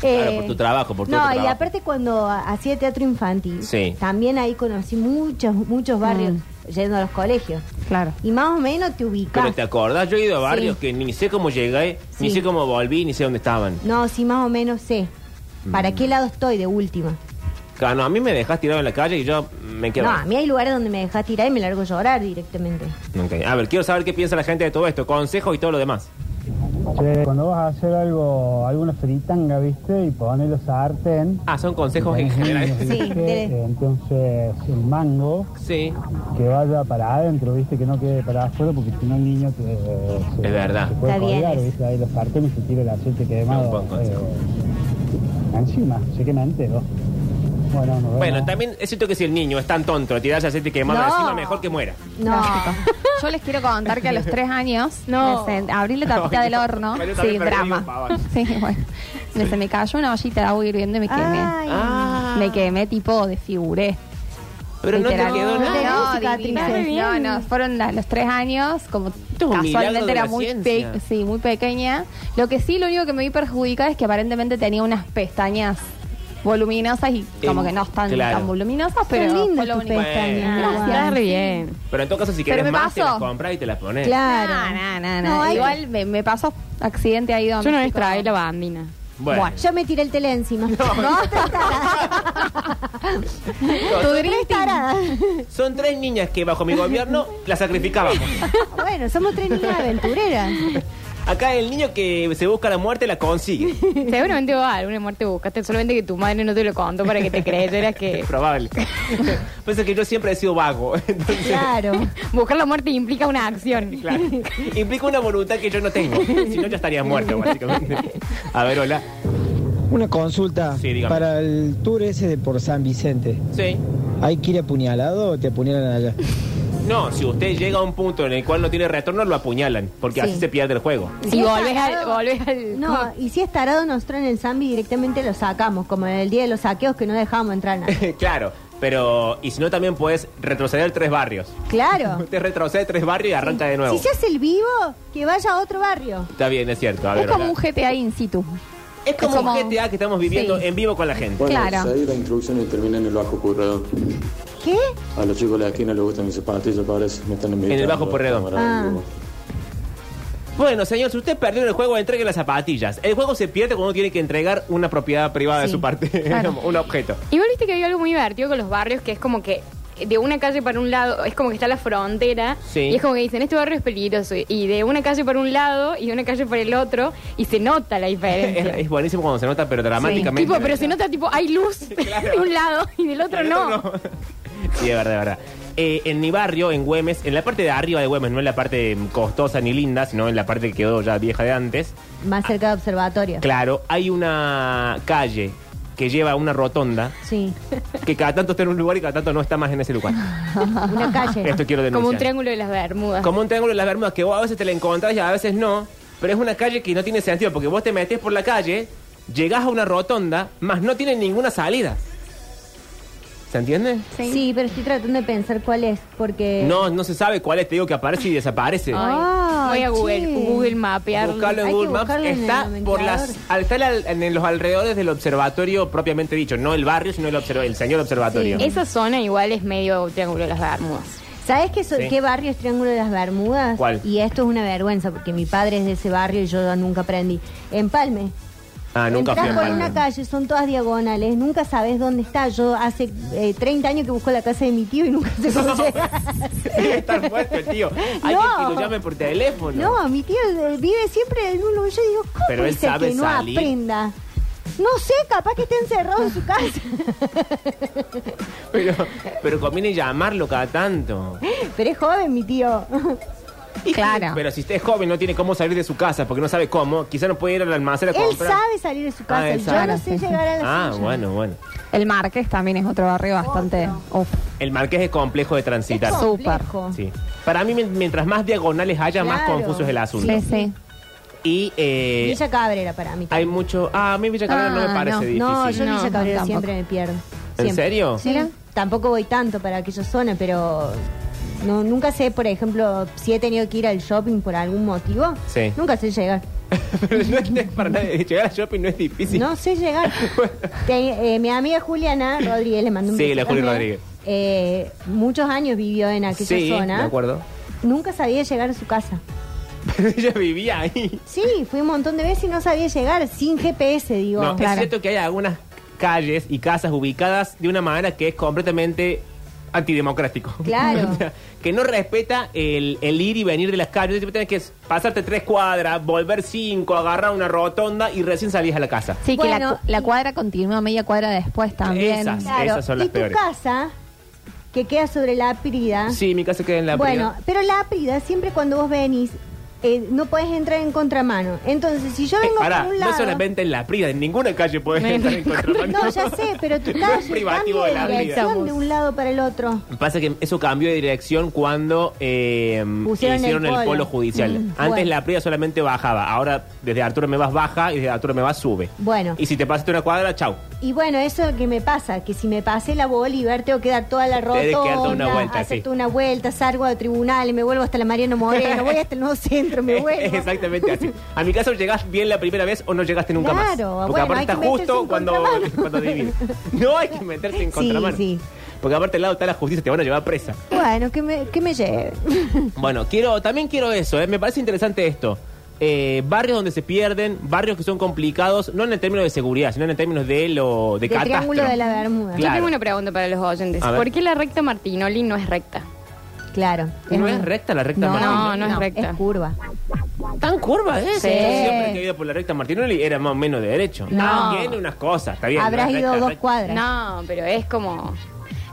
Speaker 3: Eh,
Speaker 1: por tu trabajo, por tu
Speaker 3: No,
Speaker 1: otro
Speaker 3: y
Speaker 1: trabajo.
Speaker 3: aparte cuando hacía teatro infantil,
Speaker 1: Sí.
Speaker 3: también ahí conocí muchos, muchos barrios yendo a los colegios.
Speaker 2: Claro.
Speaker 3: Y más o menos te ubicas.
Speaker 1: Pero te acordás, yo he ido a barrios
Speaker 3: Sí.
Speaker 1: que ni sé cómo llegué, ni
Speaker 3: Sí.
Speaker 1: sé cómo volví, ni sé dónde estaban.
Speaker 3: No, sí, más o menos sé. ¿Para
Speaker 1: Mm.
Speaker 3: qué lado estoy de última?
Speaker 1: Claro, no, a mí me dejás tirado en la calle y yo me quedo.
Speaker 3: no, a mí hay lugares donde me dejas tirar y me largo a llorar directamente.
Speaker 1: Ok, A ver, quiero saber qué piensa la gente de todo esto, consejos y todo lo demás.
Speaker 5: Che, cuando vas a hacer algo, alguna fritanga, ¿viste? Y pones los sartén.
Speaker 1: Ah, son consejos en general.
Speaker 3: Sí,
Speaker 5: eh,
Speaker 3: dele.
Speaker 5: Entonces, el mango
Speaker 1: Sí,
Speaker 5: que vaya para adentro, ¿viste? Que no quede para afuera, porque si no el niño te, se-
Speaker 1: Es verdad.
Speaker 5: se puede
Speaker 3: Está bien
Speaker 5: colgar,
Speaker 3: eso.
Speaker 5: ¿viste? Ahí los sartenes se tira el aceite quemado.
Speaker 1: Un buen consejo.
Speaker 5: eh, encima, se quema entero. Bueno, nos vemos.
Speaker 1: Bueno, también es cierto que si el niño es tan tonto de tirarse aceite quemado
Speaker 3: No.
Speaker 1: encima, mejor que muera.
Speaker 3: No,
Speaker 2: Yo les quiero contar
Speaker 4: *laughs*
Speaker 2: que a los tres años
Speaker 1: *laughs*
Speaker 4: No.
Speaker 2: me sen- abrí la tapita
Speaker 1: Ay,
Speaker 2: del
Speaker 1: no.
Speaker 2: horno.
Speaker 1: Yo
Speaker 2: Sí,
Speaker 1: también perdí un
Speaker 2: drama.
Speaker 1: pavón.
Speaker 2: *laughs* Sí, bueno. Me- Se me cayó una ollita de agua hirviendo y me quemé.
Speaker 3: Ay.
Speaker 1: Ah.
Speaker 2: Me quemé tipo desfiguré.
Speaker 1: Pero no te
Speaker 2: Literal.
Speaker 1: quedó nada.
Speaker 3: nada.
Speaker 2: No,
Speaker 3: Tenés
Speaker 2: divina.
Speaker 3: cicatrices.
Speaker 2: no, no, fueron la- los tres años, como
Speaker 1: es un milagro
Speaker 2: casualmente
Speaker 1: de
Speaker 2: era
Speaker 1: la
Speaker 2: muy,
Speaker 1: ciencia.
Speaker 2: pe- sí, muy pequeña. Lo que sí, lo único que me vi perjudicada es que aparentemente tenía unas pestañas voluminosas y como
Speaker 1: Em,
Speaker 2: que no están
Speaker 1: claro.
Speaker 2: tan voluminosas,
Speaker 3: pero
Speaker 2: pero
Speaker 3: son
Speaker 2: fue
Speaker 3: lindas
Speaker 2: lo
Speaker 3: tus
Speaker 2: único.
Speaker 3: pestañas.
Speaker 1: Bueno.
Speaker 3: Juan.
Speaker 4: Está re bien.
Speaker 1: Pero en todo caso, si
Speaker 2: Pero
Speaker 1: quieres
Speaker 2: me
Speaker 1: más, te las
Speaker 2: pasó.
Speaker 1: compras y te las pones.
Speaker 3: Claro.
Speaker 1: Ah.
Speaker 2: Ah, No, no, no, no.
Speaker 3: No, hay-
Speaker 2: Igual me, me pasó accidente ahí donde.
Speaker 4: Yo no les traí la bambina.
Speaker 1: Bueno,
Speaker 3: Yo me tiré el tele
Speaker 1: *laughs*
Speaker 3: encima. No, estás tarada.
Speaker 1: son-
Speaker 3: Tres taradas.
Speaker 1: son tres niñas que bajo mi gobierno las sacrificábamos.
Speaker 3: *laughs* Bueno, somos tres niñas aventureras.
Speaker 1: Acá el niño que se busca la muerte la consigue.
Speaker 4: Seguramente va a alguna muerte buscaste, solamente que tu madre no te lo contó para que
Speaker 2: *laughs*
Speaker 4: te creyeras que
Speaker 1: Es probable. Pasa que yo siempre he sido vago. *laughs* Entonces,
Speaker 3: Claro.
Speaker 4: *laughs* buscar la muerte implica una acción.
Speaker 1: claro, implica una voluntad que yo no tengo. Si no, ya estaría muerto, básicamente. A ver, hola.
Speaker 6: Una consulta
Speaker 1: Sí, dígame.
Speaker 6: para el tour ese de por San Vicente.
Speaker 1: Sí.
Speaker 6: ¿Hay que ir apuñalado o te apuñalan allá?
Speaker 1: No, si usted llega a un punto en el cual no tiene retorno, lo apuñalan, porque
Speaker 2: Sí.
Speaker 1: así se pierde el juego. *laughs*
Speaker 4: Y
Speaker 3: es
Speaker 4: volvés al-
Speaker 3: tarado-
Speaker 4: volvés al-
Speaker 3: No, y si es tarado, nosotros en el Zambi directamente lo sacamos, como en el día de los saqueos que no dejábamos entrar a
Speaker 1: *laughs*
Speaker 3: nadie.
Speaker 1: claro, pero. Y si no, también puedes retroceder tres barrios.
Speaker 3: Claro.
Speaker 1: Usted retrocede tres barrios y arranca de nuevo.
Speaker 3: Si se hace el vivo, que vaya a otro barrio.
Speaker 1: Está bien, es cierto. A ver,
Speaker 2: Es como
Speaker 1: hola.
Speaker 2: un GTA in situ.
Speaker 1: Es como
Speaker 2: es
Speaker 1: un
Speaker 2: como-
Speaker 1: GTA que estamos viviendo
Speaker 2: Sí.
Speaker 1: en vivo con la gente.
Speaker 8: Bueno,
Speaker 2: Claro.
Speaker 8: seguí la introducción y termina en el bajo corredor.
Speaker 3: ¿Qué?
Speaker 8: A los chicos de la esquina les gustan mis zapatillas, parece. Me están invitando.
Speaker 1: En el bajo corredor.
Speaker 8: camarada,
Speaker 3: Ah.
Speaker 8: digo.
Speaker 1: Bueno, señor, si usted perdió en el juego, entregue las zapatillas. El juego se pierde cuando uno tiene que entregar una propiedad privada de
Speaker 2: Sí,
Speaker 1: su parte, *laughs*
Speaker 2: claro.
Speaker 4: *laughs*
Speaker 1: un objeto.
Speaker 4: Igual viste que hay algo muy divertido con los barrios que es como que de una calle para un lado es como que está la frontera
Speaker 1: Sí.
Speaker 4: y es como que dicen este barrio es peligroso y de una calle para un lado y de una calle para el otro y se nota la
Speaker 1: *laughs* Es,
Speaker 4: diferencia.
Speaker 1: es buenísimo cuando se nota, pero dramáticamente.
Speaker 4: tipo, pero se nota tipo hay
Speaker 1: *laughs*
Speaker 4: luz de un lado y del otro no.
Speaker 1: Sí, de verdad, de verdad. Eh, en mi barrio, en Güemes, en la parte de arriba de Güemes, no en la parte mm, costosa ni linda, sino en la parte que quedó ya vieja de antes,
Speaker 3: Más cerca de observatorio.
Speaker 1: claro, hay una calle que lleva a una rotonda
Speaker 3: Sí.
Speaker 1: que cada tanto está en un lugar y cada tanto no está más en ese
Speaker 4: *laughs*
Speaker 1: lugar.
Speaker 3: Una
Speaker 1: *laughs*
Speaker 3: calle.
Speaker 1: Esto quiero denunciar.
Speaker 4: Como un triángulo de las Bermudas.
Speaker 1: Como un triángulo de las Bermudas que vos a veces te la encontrás y a veces no, pero es una calle que no tiene sentido porque vos te metés por la calle, llegás a una rotonda, más no tiene ninguna salida. ¿Se entiende?
Speaker 3: Sí. pero estoy tratando de pensar cuál es, porque...
Speaker 1: No, no se sabe cuál es, te digo que aparece y desaparece.
Speaker 4: Ay,
Speaker 3: Ah,
Speaker 4: voy a Google,
Speaker 3: che.
Speaker 4: Google mapearlo.
Speaker 1: Buscarlo en
Speaker 3: hay que
Speaker 1: Google Maps
Speaker 3: buscarlo en el
Speaker 1: está por las
Speaker 3: nomenclador.
Speaker 1: al- está al- en los alrededores del observatorio propiamente dicho, no el barrio, sino el, observa- el señor observatorio.
Speaker 4: Esa zona igual es medio triángulo de las Bermudas.
Speaker 3: ¿Sabes qué, so-
Speaker 1: Sí.
Speaker 3: qué barrio es Triángulo de las Bermudas?
Speaker 1: ¿Cuál?
Speaker 3: Y esto es una vergüenza, porque mi padre es de ese barrio y yo nunca aprendí. Empalme.
Speaker 1: Ah, nunca
Speaker 3: Entrás
Speaker 1: fui a
Speaker 3: por
Speaker 1: Palma.
Speaker 3: una
Speaker 1: *laughs*
Speaker 3: calle, son todas diagonales, nunca sabes dónde está. Yo hace eh, 30 años que busco la casa de mi tío y nunca sé
Speaker 1: *laughs*
Speaker 3: cómo llegar.
Speaker 1: Debe estar muerto, el tío.
Speaker 3: *laughs*
Speaker 1: Hay
Speaker 3: No.
Speaker 1: que lo llame por teléfono.
Speaker 3: No, mi tío eh, vive siempre en un lugar. Yo digo, ¿cómo
Speaker 1: Pero él
Speaker 3: dice
Speaker 1: sabe
Speaker 3: que no
Speaker 1: salir.
Speaker 3: aprenda? No sé, capaz que está encerrado en su casa. *laughs*
Speaker 1: Pero, *laughs* pero conviene llamarlo cada tanto.
Speaker 3: Pero es joven mi tío. Ah.
Speaker 2: Claro.
Speaker 1: Pero si usted es joven, no tiene cómo salir de su casa porque no sabe cómo. Quizá no puede ir al almacén a
Speaker 3: Él
Speaker 1: comprar.
Speaker 3: sabe salir de su casa.
Speaker 1: Ah, él
Speaker 3: Yo
Speaker 1: sabe.
Speaker 3: no sé llegar a la
Speaker 1: Ah,
Speaker 3: suya.
Speaker 1: bueno, bueno.
Speaker 2: El Marqués también es otro barrio bastante. Uf,
Speaker 1: El marqués es complejo de transitar.
Speaker 3: Es
Speaker 2: Súper.
Speaker 3: complejo.
Speaker 1: Sí. Para mí, mien- mientras más diagonales haya, más
Speaker 3: Claro.
Speaker 1: confuso es el asunto.
Speaker 2: sí, sí.
Speaker 1: Y eh,
Speaker 3: Villa Cabrera para mí.
Speaker 1: hay mucho. Ah, a mí Villa Cabrera no me
Speaker 2: Ah,
Speaker 1: parece
Speaker 2: no.
Speaker 1: difícil.
Speaker 3: No, yo
Speaker 2: No,
Speaker 3: Villa Cabrera
Speaker 2: tampoco.
Speaker 3: siempre me pierdo.
Speaker 1: ¿En
Speaker 3: Siempre.
Speaker 1: serio?
Speaker 3: Sí. Tampoco voy tanto para aquella zona, pero no, nunca sé, por ejemplo, si he tenido que ir al shopping por algún motivo.
Speaker 1: Sí.
Speaker 3: Nunca sé llegar.
Speaker 1: *laughs* Pero no es, no es para nadie. Llegar al shopping no es difícil. *laughs*
Speaker 3: No sé llegar. Te- eh, mi amiga Juliana Rodríguez, le mandó un
Speaker 1: Sí,
Speaker 3: beso
Speaker 1: la Juli
Speaker 3: también.
Speaker 1: Rodríguez.
Speaker 3: Eh, muchos años vivió en aquella
Speaker 1: sí,
Speaker 3: zona.
Speaker 1: de acuerdo. *laughs*
Speaker 3: Nunca sabía llegar a su casa.
Speaker 1: Pero ella vivía ahí.
Speaker 3: Sí, fui un montón de veces y no sabía llegar sin GPS, digo.
Speaker 1: No, es cierto que hay algunas calles y casas ubicadas de una manera que es completamente antidemocrático.
Speaker 3: Claro.
Speaker 1: *laughs* O sea, que no respeta el, el ir y venir de las calles. Siempre Tienes que pasarte tres cuadras, volver cinco, agarrar una rotonda y recién salís a la casa.
Speaker 2: Sí, que la,
Speaker 3: Bueno,
Speaker 2: cu- la
Speaker 3: y-
Speaker 2: cuadra continúa media cuadra después también.
Speaker 1: Esas.
Speaker 3: Claro,
Speaker 1: Esas son las
Speaker 3: y tu
Speaker 1: peores.
Speaker 3: casa, que queda sobre la Aprida.
Speaker 1: Sí, mi casa queda en la
Speaker 3: Ah. bueno,
Speaker 1: Prida.
Speaker 3: pero la Aprida, siempre cuando vos venís, eh, no podés entrar en contramano. Entonces, si yo
Speaker 1: Eh,
Speaker 3: vengo
Speaker 1: pará,
Speaker 3: por un
Speaker 1: no
Speaker 3: lado...
Speaker 1: solamente en la Prida, en ninguna calle podés entrar en contramano.
Speaker 3: No, ya sé, pero tu
Speaker 1: No *laughs* es
Speaker 3: calle
Speaker 1: privativo
Speaker 3: cambia
Speaker 1: de
Speaker 3: de
Speaker 1: la
Speaker 3: dirección
Speaker 4: Aprida.
Speaker 3: de un lado para el otro.
Speaker 1: Pasa que eso cambió de dirección cuando eh,
Speaker 3: Pusieron
Speaker 1: hicieron el
Speaker 3: el
Speaker 1: polo,
Speaker 3: polo
Speaker 1: judicial.
Speaker 3: Mm,
Speaker 1: Antes
Speaker 3: bueno.
Speaker 1: la Prida solamente bajaba, ahora desde Arturo Mevas baja y desde Arturo Mevas sube.
Speaker 3: Bueno.
Speaker 1: Y si te pasaste una cuadra, chau.
Speaker 3: Y bueno, eso que me pasa, que si me pasé la Bolívar, tengo que dar toda la
Speaker 1: Tenés que dar
Speaker 3: rotonda,
Speaker 1: toda una vuelta,
Speaker 3: hacer
Speaker 1: sí.
Speaker 3: toda una vuelta, salgo a tribunales, me vuelvo hasta la Mariano Moreno, voy hasta el nuevo centro,
Speaker 1: *laughs*
Speaker 3: me vuelvo.
Speaker 1: Exactamente así. A mi caso llegás bien la primera vez o no llegaste nunca más.
Speaker 3: Claro,
Speaker 1: Porque
Speaker 3: bueno,
Speaker 1: aparte
Speaker 3: hay que
Speaker 1: está
Speaker 3: meterse
Speaker 1: justo
Speaker 3: en
Speaker 1: cuando,
Speaker 3: contramano.
Speaker 1: *laughs* cuando divide. No hay que meterse
Speaker 3: *laughs*
Speaker 1: en
Speaker 3: Sí,
Speaker 1: contramano.
Speaker 3: sí.
Speaker 1: Porque aparte al lado está la justicia, te van a llevar presa.
Speaker 3: Bueno, que me, que me lleve. *laughs*
Speaker 1: Bueno, quiero, también quiero eso, ¿eh? me parece interesante esto. Eh, barrios donde se pierden, barrios que son complicados, no en el término de seguridad, sino en el términos de lo de
Speaker 3: Del
Speaker 1: catastro.
Speaker 3: Triángulo de la Bermuda.
Speaker 1: Claro.
Speaker 4: Yo tengo una pregunta para los oyentes.
Speaker 1: A ver.
Speaker 4: ¿Por qué la recta Martinoli no es recta?
Speaker 3: Claro.
Speaker 1: ¿No es recta la recta
Speaker 2: No,
Speaker 1: Martinoli?
Speaker 4: No, no es recta.
Speaker 3: Es curva.
Speaker 1: ¿Tan curva es?
Speaker 2: Sí.
Speaker 1: Yo siempre que he ido por la recta Martinoli era más o menos de derecho.
Speaker 4: No.
Speaker 1: Ah, tiene unas cosas, está bien.
Speaker 3: Habrás
Speaker 1: no es
Speaker 3: ido
Speaker 1: recta,
Speaker 3: dos
Speaker 1: recta.
Speaker 3: cuadras. Eh,
Speaker 4: No, pero es como...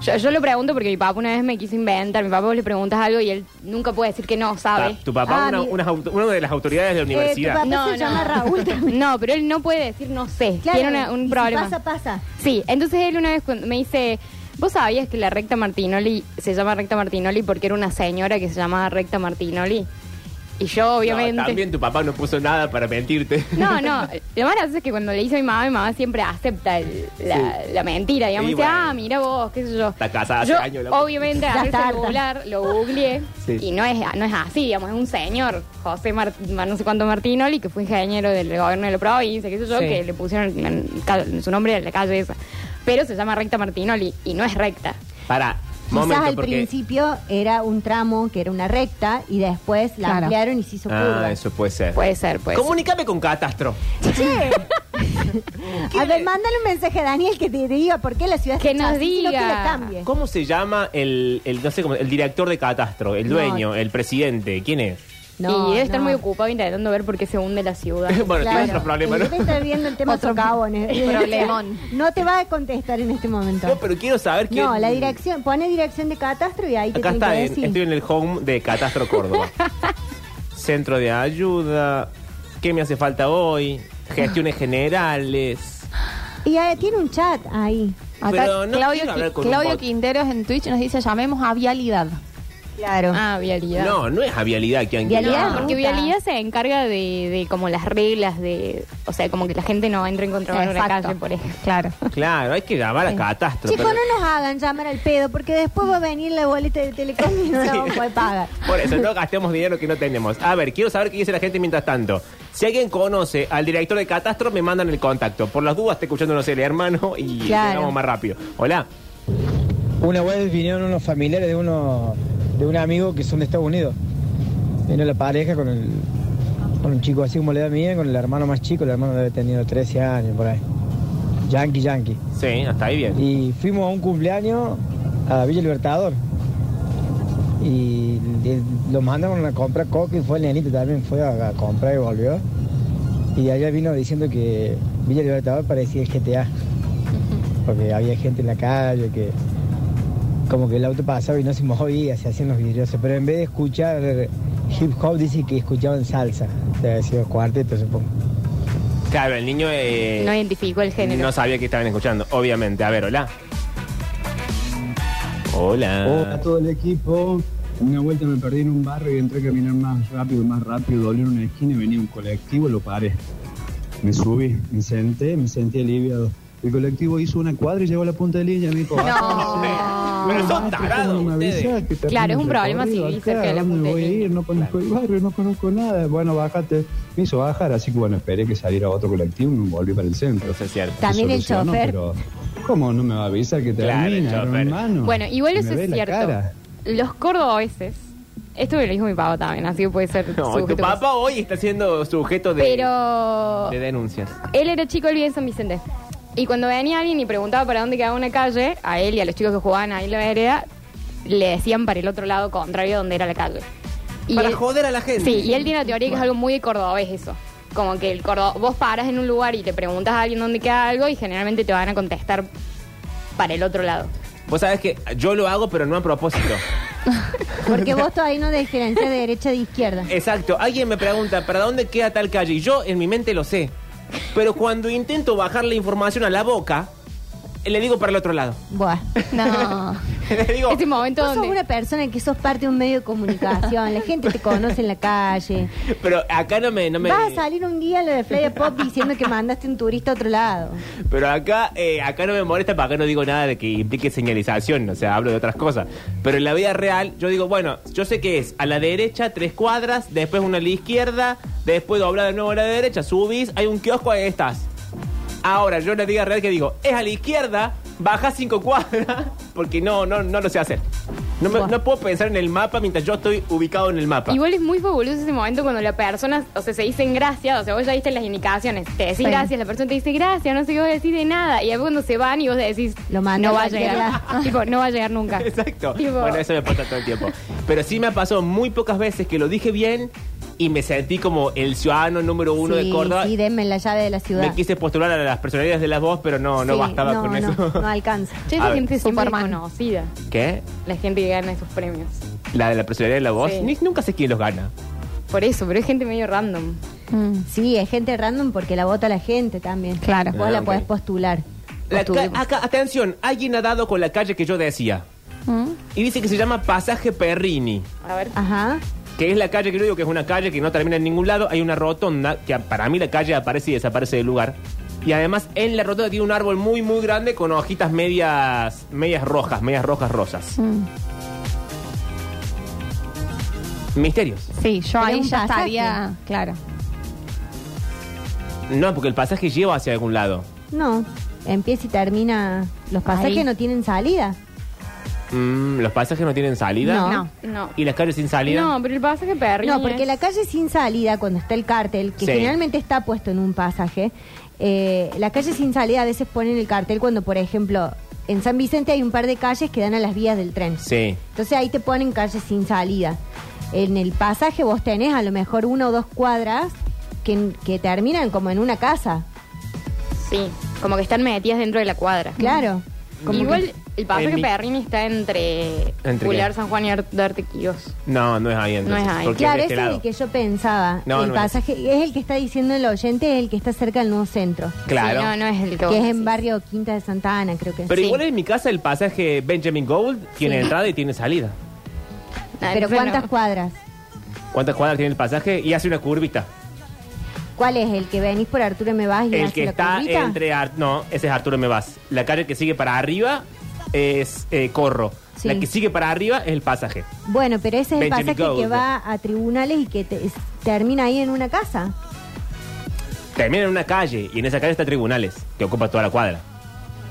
Speaker 4: Yo, yo lo pregunto porque mi papá una vez me quiso inventar. Mi papá vos le preguntas algo y él nunca puede decir que no,
Speaker 1: Pa-
Speaker 4: ¿sabe?
Speaker 1: tu papá,
Speaker 3: Ah,
Speaker 1: una,
Speaker 3: mi-
Speaker 1: unas auto- una de las autoridades de la
Speaker 3: Eh,
Speaker 1: universidad.
Speaker 3: tu papá
Speaker 4: No,
Speaker 3: se
Speaker 4: no. *laughs*
Speaker 3: llama Raúl también.
Speaker 4: *laughs* No, pero él no puede decir no sé. Tiene una-
Speaker 3: y
Speaker 4: un
Speaker 3: si
Speaker 4: problema.
Speaker 3: pasa, pasa.
Speaker 4: Sí, entonces él una vez cuando me dice, ¿Vos sabías que la recta Martinoli se llama recta Martinoli porque era una señora que se llamaba recta Martinoli? Y yo, obviamente.
Speaker 1: No, también tu papá no puso nada para mentirte.
Speaker 4: No, no. Lo más gracioso es que cuando le hice a mi mamá, mi mamá siempre acepta el- la, la mentira. Digamos,
Speaker 1: Sí,
Speaker 4: dice,
Speaker 1: bueno.
Speaker 4: ah, mira vos, qué sé yo.
Speaker 1: Está casada hace
Speaker 4: yo,
Speaker 1: años, la-
Speaker 4: Obviamente,
Speaker 3: Ya
Speaker 4: agarré
Speaker 3: está
Speaker 4: el
Speaker 3: harta.
Speaker 4: celular, lo googleé.
Speaker 1: Sí.
Speaker 4: Y no es, no es así, digamos, es un señor, José Mar- no sé cuánto Martinoli, que fue ingeniero del gobierno de la provincia, qué sé yo,
Speaker 9: Sí.
Speaker 4: que le pusieron en- en su nombre a la calle esa. Pero se llama recta Martinoli y no es recta.
Speaker 1: Para,
Speaker 3: Quizás
Speaker 1: momento,
Speaker 3: al
Speaker 1: porque.
Speaker 3: principio era un tramo que era una recta y después la
Speaker 2: Claro.
Speaker 3: ampliaron y se hizo curva.
Speaker 1: Ah, eso puede ser.
Speaker 4: Puede ser, pues. puede ser.
Speaker 1: Comunícame con Catastro.
Speaker 3: A ver, mándale un mensaje a Daniel que te diga por qué la ciudad
Speaker 4: Que
Speaker 3: está
Speaker 4: nos
Speaker 3: así, sino
Speaker 4: diga.
Speaker 3: que la cambie.
Speaker 1: ¿Cómo se llama el, el, no sé cómo- el director de Catastro? El
Speaker 3: No.
Speaker 1: dueño, el presidente. ¿Quién es? *laughs*
Speaker 3: No,
Speaker 4: y debe estar
Speaker 3: no.
Speaker 4: muy ocupado intentando ver por qué se hunde la ciudad.
Speaker 1: *laughs* bueno,
Speaker 3: Claro.
Speaker 1: tiene otros problemas,
Speaker 3: Y debe
Speaker 1: ¿no?
Speaker 3: estar viendo el tema
Speaker 2: Otro
Speaker 3: socavones.
Speaker 4: *laughs*
Speaker 9: problemón.
Speaker 3: *laughs* No te va a contestar en este momento.
Speaker 1: *laughs* No, pero quiero saber quién.
Speaker 3: No, la dirección, pone dirección de catastro y ahí te
Speaker 1: Acá
Speaker 3: tiene
Speaker 1: está,
Speaker 3: que
Speaker 1: en-
Speaker 3: decir.
Speaker 1: estoy en el home de
Speaker 3: *laughs*
Speaker 1: Catastro Córdoba. Centro de ayuda. ¿Qué me hace falta hoy? Gestiones generales.
Speaker 3: Y ahí tiene un chat ahí.
Speaker 9: Acá
Speaker 1: Pero no
Speaker 9: Claudio,
Speaker 1: quiero hablar
Speaker 9: Qui-
Speaker 1: con un
Speaker 9: Claudio
Speaker 1: bot.
Speaker 9: Quinteros en Twitch nos dice llamemos a vialidad.
Speaker 3: Claro.
Speaker 4: Ah, vialidad.
Speaker 1: No, no es a vialidad que han
Speaker 3: Vialidad,
Speaker 4: No,
Speaker 1: quitado.
Speaker 4: porque
Speaker 3: Ruta.
Speaker 4: vialidad se encarga de, de como las reglas de... O sea, como que la gente no entre en contrabando en la
Speaker 9: Exacto.
Speaker 4: calle, por ejemplo.
Speaker 9: Claro.
Speaker 1: Claro, hay que llamar a Catastro.
Speaker 3: Chicos,
Speaker 1: pero-
Speaker 3: no nos hagan llamar al pedo porque después va a venir la boleta de Telecom y no la
Speaker 1: *laughs*
Speaker 3: vamos a poder pagar.
Speaker 1: Por eso no gastemos dinero que no tenemos. A ver, quiero saber qué dice la gente mientras tanto. Si alguien conoce al director de Catastro, me mandan el contacto. Por las dudas, está escuchando, no sé, el hermano
Speaker 4: *laughs*
Speaker 1: y
Speaker 3: Claro.
Speaker 1: llegamos más rápido. Hola.
Speaker 6: Una vez vinieron unos familiares de uno de un amigo que son de Estados Unidos. Vino la pareja con, el, con un chico así como la edad mía, con el hermano más chico, el hermano debe haber tenido 13 años por ahí. Yankee, yankee.
Speaker 1: Sí, hasta ahí bien.
Speaker 6: Y fuimos a un cumpleaños a Villa Libertador. Y de- lo mandaron a comprar coca y fue el nenito también, fue a, a comprar y volvió. Y de allá vino diciendo que Villa Libertador parecía el GTA. Porque había gente en la calle que como que el auto pasaba y no se movía, se hacían los vidrios. Pero en vez de escuchar hip hop dice que escuchaban salsa. Debe haber sido cuarteto, supongo.
Speaker 1: Claro, el niño eh,
Speaker 4: No identificó el género.
Speaker 1: no sabía que estaban escuchando, obviamente. A ver, hola.
Speaker 5: Hola
Speaker 1: Hola.
Speaker 5: a todo el equipo. Una vuelta me perdí en un barrio y entré a caminar más rápido, más rápido. Doblé en una esquina y venía un colectivo, lo paré. Me subí, me senté, me sentí aliviado. El colectivo hizo una cuadra y llegó a la punta de línea, me dijo,
Speaker 1: Pero son
Speaker 5: "Ah,
Speaker 1: tarados
Speaker 5: me
Speaker 1: ustedes.
Speaker 5: avisás que termino
Speaker 4: Claro, es un
Speaker 5: el
Speaker 4: problema
Speaker 5: recorrido
Speaker 4: civil
Speaker 5: acá,
Speaker 4: cerca de la
Speaker 5: ¿dónde
Speaker 4: punta de
Speaker 5: voy a
Speaker 4: línea?"
Speaker 5: ir? No conozco el barrio, no conozco nada. Bueno, bájate. Me hizo bajar, así que bueno, esperé que saliera otro colectivo y me volví para el centro.
Speaker 1: Eso es cierto.
Speaker 3: También el
Speaker 5: Solucionó,
Speaker 3: chofer.
Speaker 5: pero, ¿Cómo no me va a avisar que
Speaker 1: Claro, el
Speaker 5: termina,
Speaker 1: chofer.
Speaker 5: hermano?
Speaker 4: Bueno, igual
Speaker 5: Me
Speaker 4: eso
Speaker 5: ve
Speaker 4: es
Speaker 5: la
Speaker 4: cierto.
Speaker 5: cara.
Speaker 4: Los cordobeses... Esto me lo dijo mi papá también, así que puede ser
Speaker 1: No, tu
Speaker 4: sujeto de-
Speaker 1: papá hoy está siendo sujeto de,
Speaker 4: Pero...
Speaker 1: de denuncias.
Speaker 4: Él era chico, él vivía en San Vicente. Y cuando venía alguien y preguntaba para dónde quedaba una calle, a él y a los chicos que jugaban ahí en la vereda, le decían para el otro lado contrario donde era la calle. Y
Speaker 1: Para
Speaker 4: él-
Speaker 1: joder a la gente.
Speaker 4: Sí, y él tiene la teoría que es algo muy de cordobés eso. Como que el cordo- vos paras en un lugar y te preguntas a alguien dónde queda algo y generalmente te van a contestar para el otro lado.
Speaker 1: Vos sabés que yo lo hago, pero no a propósito.
Speaker 3: Porque vos todavía no diferencias de derecha de izquierda.
Speaker 1: Exacto. Alguien me pregunta, ¿para dónde queda tal calle? Y yo en mi mente lo sé. Pero cuando intento bajar la información a la boca, le digo para el otro lado. *laughs*
Speaker 3: Buah.
Speaker 9: No.
Speaker 1: le digo,
Speaker 4: Ese momento
Speaker 3: Vos sos
Speaker 4: donde...
Speaker 3: una persona que sos parte de un medio de comunicación, la gente te conoce en la calle.
Speaker 1: pero acá no me... No me
Speaker 3: Vas a salir un día a lo de Playa Pop diciendo que mandaste un turista a otro lado.
Speaker 1: pero acá eh, acá no me molesta, para acá no digo nada de que implique señalización, o sea, hablo de otras cosas. Pero en la vida real, yo digo, bueno, yo sé que es a la derecha tres cuadras, después una a la izquierda, después dobla de nuevo a la derecha, subís, hay un kiosco, ahí estás. Ahora, yo en la vida real que digo, es a la izquierda, baja cinco cuadras, *laughs* porque no, no, no lo sé hacer. No, me- no puedo pensar en el mapa mientras yo estoy ubicado en el mapa.
Speaker 4: Igual es muy fabuloso ese momento cuando la persona, o sea, se dicen gracias, o sea, vos ya diste las indicaciones, te decís
Speaker 2: Sí.
Speaker 4: gracias, la persona te dice gracias, no sé qué vos decís de nada, y después cuando se van y vos decís,
Speaker 3: Lo mando
Speaker 4: no va a
Speaker 3: a cualquier
Speaker 4: llegar, *laughs* tipo, no va a llegar
Speaker 1: *laughs*
Speaker 4: nunca.
Speaker 1: Exacto.
Speaker 4: Tipo,
Speaker 1: Bueno, eso me pasa todo el tiempo. Pero sí me ha pasado muy pocas veces que lo dije bien y me sentí como el ciudadano número uno
Speaker 3: sí,
Speaker 1: de Córdoba.
Speaker 3: Sí, denme la llave de la ciudad.
Speaker 1: me quise postular a las personalidades de las voz, pero no, no
Speaker 3: Sí,
Speaker 1: bastaba
Speaker 3: no,
Speaker 1: con eso.
Speaker 3: No, no alcanza.
Speaker 4: che,
Speaker 1: A
Speaker 4: esa
Speaker 1: ver.
Speaker 4: gente es siempre
Speaker 9: Superman.
Speaker 4: conocida,
Speaker 1: ¿Qué?
Speaker 4: la gente que gana esos premios.
Speaker 1: ¿La de la personalidad de la voz?
Speaker 4: Sí.
Speaker 1: Ni- Nunca sé quién los gana.
Speaker 4: Por eso, pero es gente medio random.
Speaker 9: Mm,
Speaker 3: Sí, es gente random porque la vota la gente también.
Speaker 9: Claro.
Speaker 3: Vos
Speaker 1: Ah,
Speaker 3: la
Speaker 1: ok.
Speaker 3: podés postular.
Speaker 1: La ca-
Speaker 9: Obtuvimos.
Speaker 1: acá, atención, alguien ha dado con la calle que yo decía.
Speaker 9: ¿Mm?
Speaker 1: Y dice que se llama Pasaje Perrini,
Speaker 4: A ver.
Speaker 3: Ajá.
Speaker 1: que es la calle que yo digo que es una calle que no termina en ningún lado. Hay una rotonda, que a- para mí la calle aparece y desaparece del lugar. Y además en la rotonda tiene un árbol muy, muy grande con hojitas medias, medias rojas, medias rojas rosas.
Speaker 9: Mm.
Speaker 1: Misterios.
Speaker 9: Sí, yo
Speaker 3: Pero
Speaker 9: ahí
Speaker 3: un
Speaker 9: ya
Speaker 3: pasaje.
Speaker 9: estaría, claro.
Speaker 1: No, porque el pasaje lleva hacia algún lado.
Speaker 3: No. Empieza y termina. Los pasajes
Speaker 9: Ahí.
Speaker 3: no tienen salida.
Speaker 1: Mm, ¿Los pasajes no tienen salida?
Speaker 3: No.
Speaker 9: No.
Speaker 4: No.
Speaker 1: ¿Y las calles sin salida?
Speaker 4: No, pero el pasaje Perrini.
Speaker 3: No, porque
Speaker 4: es-
Speaker 3: la calle sin salida, cuando está el cártel, que
Speaker 1: Sí.
Speaker 3: generalmente está puesto en un pasaje, eh, la calle sin salida a veces ponen el cartel cuando, por ejemplo, en San Vicente hay un par de calles que dan a las vías del tren.
Speaker 1: Sí.
Speaker 3: Entonces ahí te ponen calles sin salida. En el pasaje vos tenés a lo mejor una o dos cuadras que, que terminan como en una casa.
Speaker 4: Sí, como que están metidas dentro de la
Speaker 1: Mm.
Speaker 4: cuadra.
Speaker 3: Claro. Como
Speaker 4: Igual el pasaje
Speaker 1: En mi-
Speaker 4: Perrini está entre,
Speaker 1: ¿Entre
Speaker 4: Juliar
Speaker 1: qué?
Speaker 4: San Juan y Arte Artequillos.
Speaker 1: No, no es ahí entonces.
Speaker 4: No es ahí.
Speaker 1: porque
Speaker 3: Claro,
Speaker 1: de
Speaker 3: ese
Speaker 1: este
Speaker 3: es
Speaker 1: lado.
Speaker 3: el que yo pensaba.
Speaker 1: No,
Speaker 3: el
Speaker 1: no es.
Speaker 3: pasaje es. el que está diciendo el oyente, es el que está cerca del nuevo centro.
Speaker 1: Claro.
Speaker 4: Sí, no, no es el que vos
Speaker 3: Que es en
Speaker 4: decís.
Speaker 3: barrio Quinta de Santa Ana, creo que es.
Speaker 1: Pero
Speaker 4: Sí.
Speaker 1: igual en mi casa el pasaje Benjamin Gold tiene entrada y tiene salida.
Speaker 4: Ah,
Speaker 3: Pero
Speaker 4: entonces
Speaker 3: ¿cuántas
Speaker 4: no.
Speaker 3: cuadras?
Speaker 1: ¿Cuántas cuadras tiene el pasaje? Y hace una curvita.
Speaker 3: ¿Cuál es el que venís por Arturo me vas y
Speaker 1: El
Speaker 3: hace
Speaker 1: que
Speaker 3: la
Speaker 1: está
Speaker 3: curvita?
Speaker 1: entre... Ar- no, ese es Arturo Mevas. La calle que sigue para arriba es eh, Corro.
Speaker 3: Sí.
Speaker 1: La que sigue para arriba es el pasaje.
Speaker 3: Bueno, pero ese es el
Speaker 1: Benjamin
Speaker 3: pasaje que
Speaker 1: Gold.
Speaker 3: va a tribunales y que te- es- termina ahí en una casa.
Speaker 1: Termina en una calle y en esa calle está Tribunales, que ocupa toda la cuadra.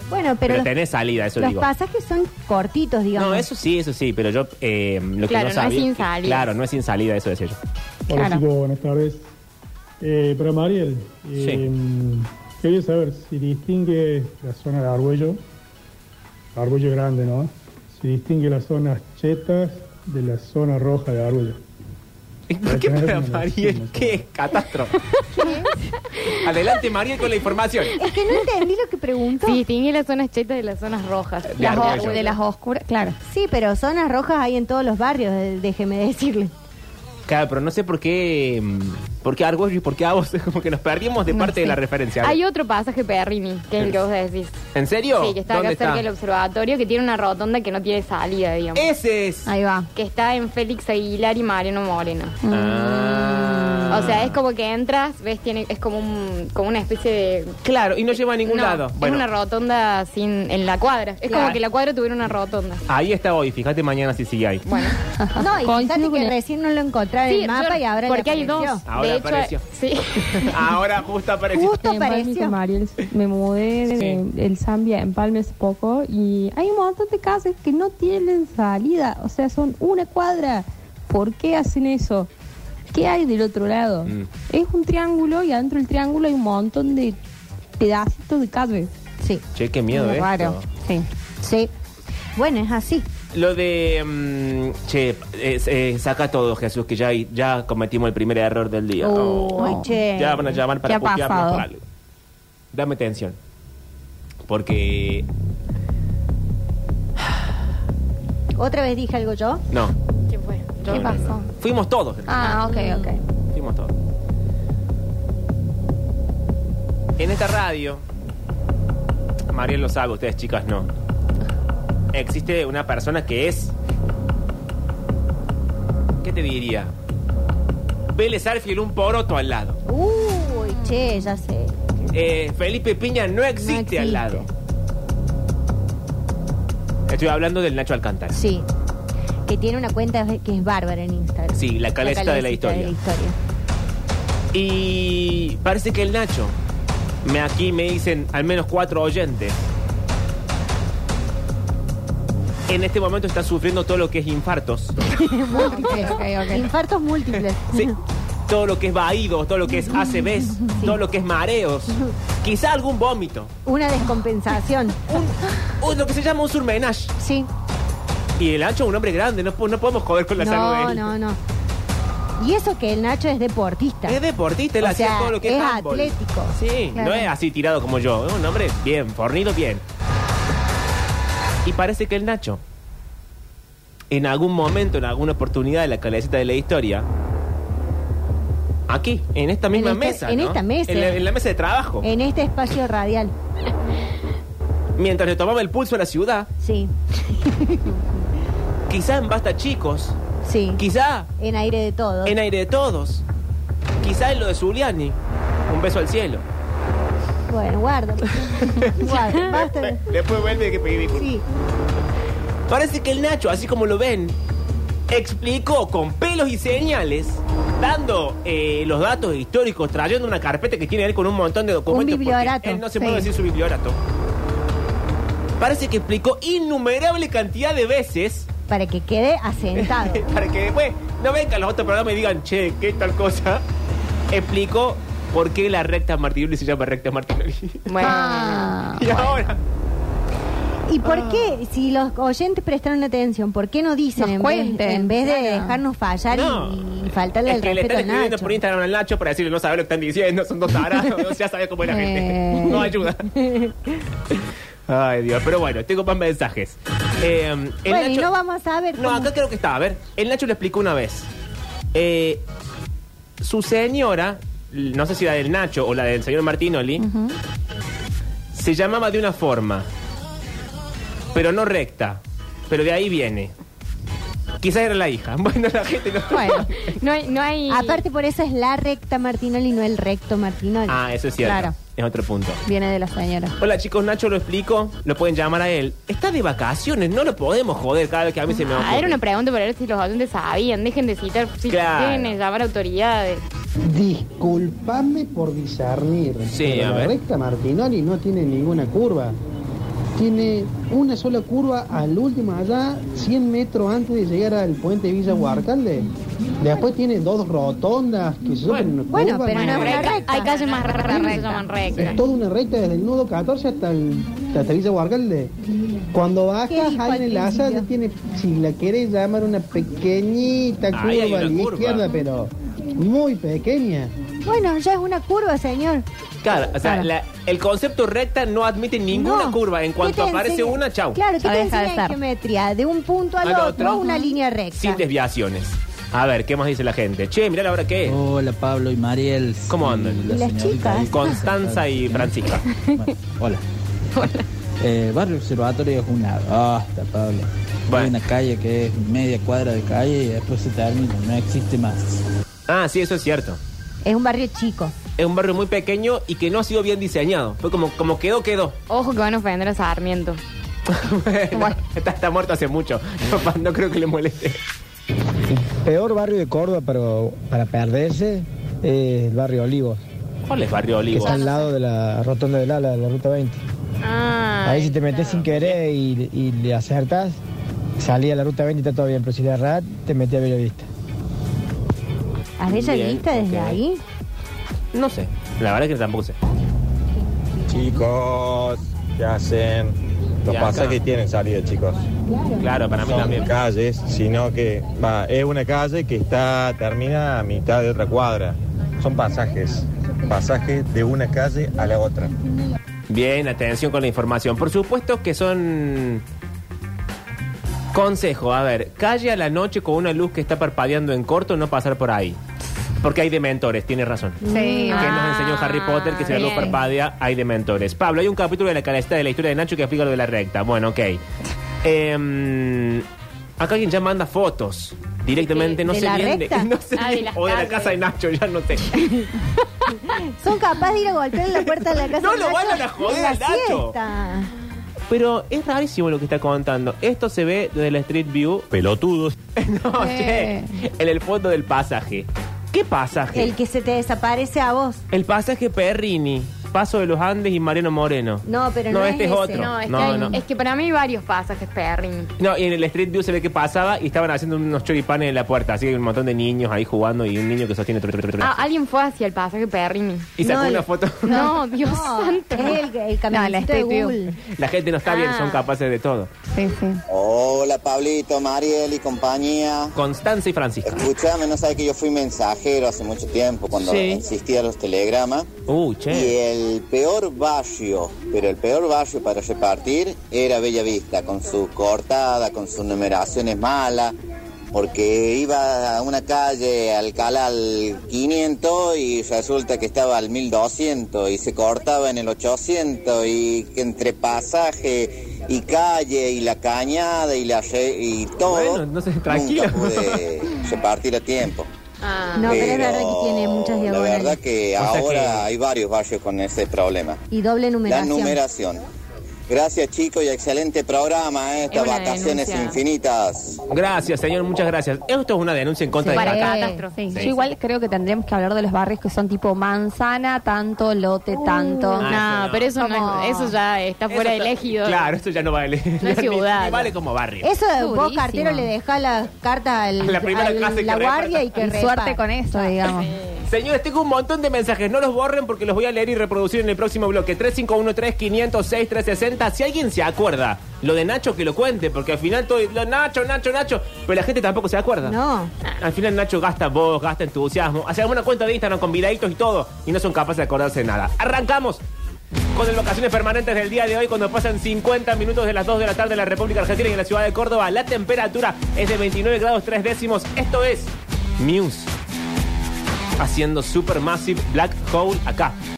Speaker 3: Bueno,
Speaker 1: Pero,
Speaker 3: pero, los-
Speaker 1: tenés salida, eso
Speaker 3: los
Speaker 1: digo.
Speaker 3: pasajes son cortitos, digamos.
Speaker 1: No, eso sí, eso sí, pero yo eh, lo que
Speaker 4: Claro,
Speaker 1: no
Speaker 4: no es
Speaker 1: sabía...
Speaker 4: sin
Speaker 1: que-
Speaker 4: salida.
Speaker 1: Claro, no es sin salida, eso decía yo.
Speaker 10: Hola
Speaker 9: Claro.
Speaker 10: chicos, buenas tardes. Eh, para Mariel,
Speaker 1: Sí.
Speaker 10: eh, quería saber si distingue la zona de Argüello, Argüello grande, ¿no? Si distingue las zonas chetas de la zona roja de Argüello.
Speaker 1: ¿Por qué
Speaker 10: Para
Speaker 1: para
Speaker 10: tener una
Speaker 1: Mariel?
Speaker 10: noción,
Speaker 1: ¿Qué
Speaker 3: *laughs*
Speaker 1: catástrofe? Adelante, Mariel, con la información.
Speaker 3: Es que no entendí lo que preguntó.
Speaker 4: Sí,
Speaker 3: Sí.
Speaker 4: distingue las zonas chetas de las zonas rojas.
Speaker 1: De
Speaker 9: Las o-
Speaker 1: Argüello.
Speaker 9: de las oscuras, claro.
Speaker 3: pero zonas rojas hay en todos los barrios, eh, déjeme decirle.
Speaker 1: Claro, pero no sé por qué. mm, ¿Por qué Argos y por qué a vos? *laughs* Como que nos perdimos de parte de la referencia.
Speaker 4: Hay otro pasaje Perrini, que es el que vos decís.
Speaker 1: ¿En serio?
Speaker 4: Sí, que está acá
Speaker 1: ¿Dónde
Speaker 4: cerca del observatorio, que tiene una rotonda que no tiene salida, digamos.
Speaker 1: Ese es.
Speaker 9: Ahí va.
Speaker 4: Que está en Félix Aguilar y Mariano Moreno.
Speaker 1: Ah.
Speaker 4: O sea, es como que entras, ves, tiene, es como, un, como una especie de...
Speaker 1: Claro, y no lleva a ningún
Speaker 4: No,
Speaker 1: lado.
Speaker 4: Es
Speaker 1: Bueno,
Speaker 4: una rotonda sin, en la cuadra. Es
Speaker 1: Claro.
Speaker 4: como que la cuadra tuviera una rotonda.
Speaker 1: ahí está hoy. Fíjate mañana si
Speaker 4: *laughs*
Speaker 1: sigue ahí.
Speaker 4: Bueno.
Speaker 3: No, y fíjate
Speaker 9: Coincido con
Speaker 3: que
Speaker 9: él.
Speaker 3: recién no lo encontré en el
Speaker 4: Sí,
Speaker 3: mapa
Speaker 4: yo-
Speaker 3: y ahora le
Speaker 4: Porque hay
Speaker 3: apareció.
Speaker 4: dos.
Speaker 1: Ahora
Speaker 4: de hecho,
Speaker 1: apareció.
Speaker 4: Sí.
Speaker 1: *laughs* Ahora justo apareció.
Speaker 3: Justo apareció.
Speaker 11: Me mudé de
Speaker 1: Sí.
Speaker 11: el Zambia en Palme hace poco y hay un montón de casas que no tienen salida, o sea, son una cuadra. ¿Por qué hacen eso? ¿Qué hay del otro lado?
Speaker 1: Mm.
Speaker 11: Es un triángulo y adentro del triángulo hay un montón de pedacitos de calles.
Speaker 3: Sí,
Speaker 1: Che, qué miedo,
Speaker 9: Muy
Speaker 1: esto.
Speaker 9: raro. Sí.
Speaker 3: sí. Bueno, es así.
Speaker 1: Lo de. mm, che, eh, eh, saca todo, Jesús, que ya, ya cometimos el primer error del día. Oh.
Speaker 3: Ay, che.
Speaker 1: Ya van a llamar para
Speaker 9: ¿Qué ha
Speaker 1: putearnos
Speaker 9: pasado?
Speaker 1: por algo. Dame atención. Porque.
Speaker 3: ¿Otra vez dije algo yo?
Speaker 1: No.
Speaker 4: ¿Qué fue?
Speaker 1: no, no, no.
Speaker 9: pasó?
Speaker 1: Fuimos todos.
Speaker 9: Ah, ok, ok.
Speaker 1: Fuimos todos. En esta radio, Mariel lo sabe, ustedes chicas no. Existe una persona que es. ¿Qué te diría? Vélez Arfiel un poroto al lado.
Speaker 3: Uy, che, ya sé.
Speaker 1: Eh, Felipe Piña no existe,
Speaker 3: existe.
Speaker 1: al lado. Estoy hablando del Nacho Alcántara.
Speaker 3: Sí. Que tiene una cuenta que es bárbara en Instagram.
Speaker 1: Sí, la calesta de la
Speaker 3: calesita
Speaker 1: historia. Y parece que el Nacho, me aquí me dicen al menos cuatro oyentes, en este momento está sufriendo todo lo que es infartos,
Speaker 3: Múltiples.
Speaker 9: Ok, ok, ok.
Speaker 3: Infartos múltiples. *laughs*
Speaker 1: ¿sí? todo lo que es vaídos, todo lo que es ACVs, todo lo que es mareos, quizá algún vómito,
Speaker 3: Una descompensación.
Speaker 1: o lo que se llama un surmenage.
Speaker 3: Sí.
Speaker 1: Y el Nacho es un hombre grande, no, po- no podemos joder con la salud de
Speaker 3: No,
Speaker 1: él.
Speaker 3: no, no. Y eso que el Nacho es deportista.
Speaker 1: Es deportista, él
Speaker 3: O
Speaker 1: hacía
Speaker 3: sea,
Speaker 1: todo lo que es,
Speaker 3: es
Speaker 1: handball.
Speaker 3: atlético.
Speaker 1: Sí,
Speaker 3: Claro.
Speaker 1: no es así tirado como yo. Es un hombre bien, fornido bien. Y parece que el Nacho, en algún momento, en alguna oportunidad de la calecita de la historia, aquí, en esta misma
Speaker 3: esta-
Speaker 1: mesa.
Speaker 3: en
Speaker 1: ¿no?
Speaker 3: esta mesa. Eh. este
Speaker 1: En la, en la mesa de trabajo.
Speaker 3: En este espacio radial.
Speaker 1: Mientras le tomaba el pulso a la ciudad,
Speaker 3: Sí,
Speaker 1: quizá en Basta Chicos,
Speaker 3: sí.
Speaker 1: quizá
Speaker 3: En aire de todo.
Speaker 1: en Aire de Todos, quizá en lo de Zuliani. Un beso al cielo.
Speaker 3: Bueno,
Speaker 1: *laughs*
Speaker 3: guarda. guarda, basta. de-
Speaker 1: Después vuelve que pedir disculpas.
Speaker 3: Sí.
Speaker 1: Parece que el Nacho, así como lo ven, explicó con pelos y señales, dando eh, los datos históricos, trayendo una carpeta que tiene él con un montón de documentos. porque
Speaker 3: bibliorato,
Speaker 1: Él no se
Speaker 3: sí.
Speaker 1: puede decir su bibliorato. Parece que explicó innumerable cantidad de veces
Speaker 3: Para que quede asentado.
Speaker 1: *laughs* para que después no vengan los otros programas y digan, che, qué tal cosa. Explicó por qué la recta Martinelli se llama recta Martinelli.
Speaker 4: Bueno,
Speaker 3: Ah.
Speaker 1: *laughs* y ahora,
Speaker 3: ¿Y por qué, si los oyentes prestaron atención, por qué no dicen
Speaker 2: Ah. Nos
Speaker 3: en vez,
Speaker 2: cuenten,
Speaker 3: en vez de
Speaker 2: claro.
Speaker 3: dejarnos fallar y-
Speaker 1: No.
Speaker 3: y faltarle
Speaker 1: es
Speaker 3: el
Speaker 1: que le
Speaker 3: respeto
Speaker 1: están
Speaker 3: a
Speaker 1: escribiendo
Speaker 3: Nacho?
Speaker 1: por Instagram al Nacho para decirle, no sabe lo que están diciendo, son dos tarados, *laughs* ya sabes cómo es la
Speaker 3: Eh.
Speaker 1: gente. *laughs*
Speaker 3: *laughs*
Speaker 1: No ayuda. Ay, Dios, pero bueno, tengo más mensajes. Eh, el
Speaker 3: Bueno, y
Speaker 1: Nacho-
Speaker 3: no vamos a saber
Speaker 1: No,
Speaker 3: cómo-
Speaker 1: acá creo que está. A ver, el Nacho lo explicó una vez. Eh, su señora, no sé si la del Nacho o la del señor Martinoli, se llamaba de una forma, pero no recta. Pero de ahí viene. Quizás era la hija. *laughs* Bueno, la gente no.
Speaker 3: *laughs*
Speaker 1: *laughs*
Speaker 3: Bueno.
Speaker 4: no hay, no hay.
Speaker 3: Aparte, por eso es la recta Martinoli, no el recto Martinoli.
Speaker 1: Ah, eso es cierto.
Speaker 2: Claro.
Speaker 1: Es otro punto.
Speaker 2: Viene de la señora.
Speaker 1: Hola chicos, Nacho lo explico. Lo pueden llamar a él. Está de vacaciones, no lo podemos joder cada vez que a mí se me
Speaker 4: Ah,
Speaker 1: ocurre.
Speaker 4: era una pregunta para ver si los oyentes sabían. Dejen de citar. Si
Speaker 1: Claro.
Speaker 4: tienen, llamar a autoridades.
Speaker 5: Disculpame por discernir.
Speaker 1: Sí,
Speaker 5: pero
Speaker 1: a
Speaker 5: la
Speaker 1: ver.
Speaker 5: recta Martinoli no tiene ninguna curva. Tiene una sola curva al último allá, 100 metros antes de llegar al puente Villa Huarcalde. Después tiene dos rotondas que son
Speaker 1: Bueno.
Speaker 3: Bueno,
Speaker 5: curvas,
Speaker 3: pero
Speaker 5: ¿no?
Speaker 3: no es una
Speaker 4: Recta.
Speaker 3: recta.
Speaker 4: Hay calles más raras que se llaman rectas.
Speaker 5: Es toda una recta desde el nudo 14 hasta el hasta Villa Huarcalde. Cuando
Speaker 3: ¿Qué
Speaker 5: bajas
Speaker 3: dijo
Speaker 5: ahí
Speaker 3: al
Speaker 5: en el asa ya
Speaker 3: principio?
Speaker 5: tiene, si la querés llamar una pequeñita curva
Speaker 1: Ahí hay una
Speaker 5: a la
Speaker 1: curva.
Speaker 5: izquierda, pero muy pequeña.
Speaker 3: Bueno, ya es una curva, señor.
Speaker 1: Claro, o sea,
Speaker 3: Claro.
Speaker 1: la- el concepto recta no admite ninguna
Speaker 3: No.
Speaker 1: curva. En
Speaker 3: ¿Qué
Speaker 1: cuanto
Speaker 3: te
Speaker 1: aparece
Speaker 3: enseña?
Speaker 1: una, chau.
Speaker 3: Claro, ¿qué
Speaker 2: Ya
Speaker 3: te
Speaker 2: deja de
Speaker 3: enseña en
Speaker 2: estar.
Speaker 3: geometría? De un punto al,
Speaker 1: Al
Speaker 3: otro,
Speaker 1: otro. mm,
Speaker 3: una línea recta.
Speaker 1: Sin desviaciones. A ver, ¿qué más dice la gente? Che, mirá la hora que es.
Speaker 5: Oh.
Speaker 6: Hola Pablo y Mariel.
Speaker 1: Eh. ¿Cómo andan?
Speaker 3: ¿Y las chicas?
Speaker 1: Constanza y Francisca.
Speaker 6: Bueno, *laughs* hola. Eh, barrio Observatorio es una hasta Pablo.
Speaker 1: Bueno.
Speaker 6: Hay una calle que es media cuadra de calle y después se termina, no existe más.
Speaker 1: Ah, sí, eso es cierto.
Speaker 3: Es un barrio chico.
Speaker 1: Es un barrio muy pequeño y que no ha sido bien diseñado. Fue como, como quedó, quedó. *laughs*
Speaker 4: Ojo que van a ofender a Sarmiento.
Speaker 1: Bueno, está, está muerto hace mucho. No, no creo que le moleste.
Speaker 6: El peor barrio de Córdoba pero para perderse es el barrio Olivos,
Speaker 1: ¿Cuál es barrio
Speaker 6: Eh, que
Speaker 1: Olivo?
Speaker 6: está al lado de la rotonda del ala de la ruta 20.
Speaker 4: Ah,
Speaker 6: Ahí si te metes sin querer y, y le acertas, salí a la ruta 20 y está todo bien, pero si le errás, te metí a Bellavista.
Speaker 3: ¿Has ella
Speaker 1: Bien,
Speaker 3: vista desde
Speaker 1: ok.
Speaker 3: ahí?
Speaker 1: No sé. La verdad es que tampoco sé.
Speaker 12: Chicos, ¿qué hacen? Los
Speaker 1: Ya acá.
Speaker 12: pasajes tienen salida, chicos.
Speaker 1: Claro, para mí
Speaker 12: Son
Speaker 1: también.
Speaker 12: calles, sino que va, es una calle que está termina a mitad de otra cuadra. Son pasajes, pasajes de una calle a la otra.
Speaker 1: Bien, atención con la información. Por supuesto que son... Consejo, a ver, calle a la noche con una luz que está parpadeando en corto, no pasar por ahí. Porque hay dementores, tienes razón.
Speaker 2: Sí.
Speaker 3: Mm.
Speaker 1: Que nos
Speaker 4: Ah,
Speaker 1: enseñó Harry Potter que si la luz
Speaker 4: bien.
Speaker 1: parpadea hay dementores. Pablo, hay un capítulo de la calesta de la historia de Nacho que explica lo de la recta. Bueno, ok. Em, acá alguien ya manda fotos directamente,
Speaker 3: ¿De-
Speaker 1: no
Speaker 3: de
Speaker 1: sé
Speaker 3: la
Speaker 1: bien
Speaker 3: recta?
Speaker 1: *laughs* no sé
Speaker 4: Ah, de
Speaker 1: bien,
Speaker 4: las
Speaker 1: o de la
Speaker 4: calles.
Speaker 1: casa de Nacho, ya no sé.
Speaker 3: Son capaces de ir a golpear la puerta de la casa
Speaker 1: No
Speaker 3: de
Speaker 1: lo
Speaker 3: Nacho
Speaker 1: vayan a joder
Speaker 3: en la
Speaker 1: al Nacho.
Speaker 3: siesta.
Speaker 1: Pero es rarísimo lo que está contando. Esto se ve desde la Street View.
Speaker 12: Pelotudos.
Speaker 1: No,
Speaker 2: Eh.
Speaker 1: che, en el fondo del pasaje. ¿Qué pasaje?
Speaker 3: El que se te desaparece a vos.
Speaker 1: El pasaje Perrini, Paso de los Andes y Mariano Moreno.
Speaker 3: No, pero no
Speaker 1: este
Speaker 3: es
Speaker 1: es,
Speaker 3: ese.
Speaker 1: otro.
Speaker 4: No, es,
Speaker 1: no,
Speaker 4: que hay-
Speaker 1: no.
Speaker 4: es que para mí hay varios pasajes perrin.
Speaker 1: No, y en el Street View se ve que pasaba y estaban haciendo unos choripanes en la puerta. Así que hay un montón de niños ahí jugando y un niño que sostiene. tru- tru- tru- tru-
Speaker 4: Ah, alguien fue hacia el pasaje perrin.
Speaker 1: y sacó
Speaker 3: no,
Speaker 1: una
Speaker 3: el-
Speaker 1: foto. *laughs*
Speaker 4: No, Dios
Speaker 3: No,
Speaker 4: santo.
Speaker 3: Es el, el
Speaker 2: No, la
Speaker 3: camioncito de
Speaker 2: State View.
Speaker 3: Google.
Speaker 1: La gente no está bien,
Speaker 4: Ah.
Speaker 1: son capaces de todo.
Speaker 2: Sí, sí.
Speaker 13: Hola Pablito, Mariel y compañía.
Speaker 1: Constanza y Francisco.
Speaker 13: Escuchame, no sabes que yo fui mensajero hace mucho tiempo cuando
Speaker 1: Sí.
Speaker 13: existían los telegramas.
Speaker 1: Uh,
Speaker 13: Y
Speaker 1: che.
Speaker 13: el peor barrio, pero el peor barrio para repartir era Bellavista, con su cortada, con sus numeraciones malas. porque iba a una calle Alcalá al 500 y resulta que estaba al 1200 y se cortaba en el 800 y que entre pasaje y calle y la cañada y la re- y todo
Speaker 1: Bueno, entonces, tranquilo.
Speaker 13: nunca pude repartir a tiempo.
Speaker 3: No, pero es verdad que tiene muchas
Speaker 13: La
Speaker 3: diagonales.
Speaker 13: verdad que
Speaker 3: O sea
Speaker 13: ahora
Speaker 3: que-
Speaker 13: hay varios barrios con ese problema.
Speaker 3: Y doble numeración.
Speaker 13: La numeración. Gracias chicos y excelente programa, ¿eh? estas
Speaker 1: una
Speaker 13: vacaciones
Speaker 1: denuncia.
Speaker 13: infinitas.
Speaker 1: Gracias, señor, muchas gracias. Esto es una denuncia en contra de Cata.
Speaker 2: Sí.
Speaker 1: Sí.
Speaker 2: Yo igual creo que tendríamos que hablar de los barrios que son tipo manzana, tanto, lote, tanto.
Speaker 4: Uh,
Speaker 1: Ah,
Speaker 4: No, pero eso, no es- eso ya está fuera del ejido.
Speaker 1: Claro, esto ya no vale.
Speaker 4: No es
Speaker 1: *laughs*
Speaker 4: Eh.
Speaker 1: Ni-
Speaker 4: ciudad.
Speaker 1: ni vale como barrio.
Speaker 3: Eso de vos,
Speaker 2: Durísimo.
Speaker 3: cartero, le deja las cartas al,
Speaker 1: A la primera
Speaker 3: al-
Speaker 1: clase que
Speaker 3: la
Speaker 1: repara.
Speaker 3: guardia y que
Speaker 1: Y suerte
Speaker 3: repara.
Speaker 2: con eso, digamos.
Speaker 1: Señores, tengo un montón de mensajes. No los borren porque los voy a leer y reproducir en el próximo bloque. 3513-506-360. Si alguien se acuerda, lo de Nacho que lo cuente, porque al final todo. lo- Nacho, Nacho, Nacho. Pero la gente tampoco se acuerda.
Speaker 3: No.
Speaker 1: Al final Nacho gasta voz, gasta entusiasmo. Hacemos una cuenta de Instagram con videitos y todo. Y no son capaces de acordarse de nada. Arrancamos con el Vacaciones Permanentes del día de hoy, cuando pasan 50 minutos de las 2 de la tarde en la República Argentina y en la ciudad de Córdoba. La temperatura es de 29 grados 3 décimos. Esto es Muse haciendo Supermassive Black Hole acá.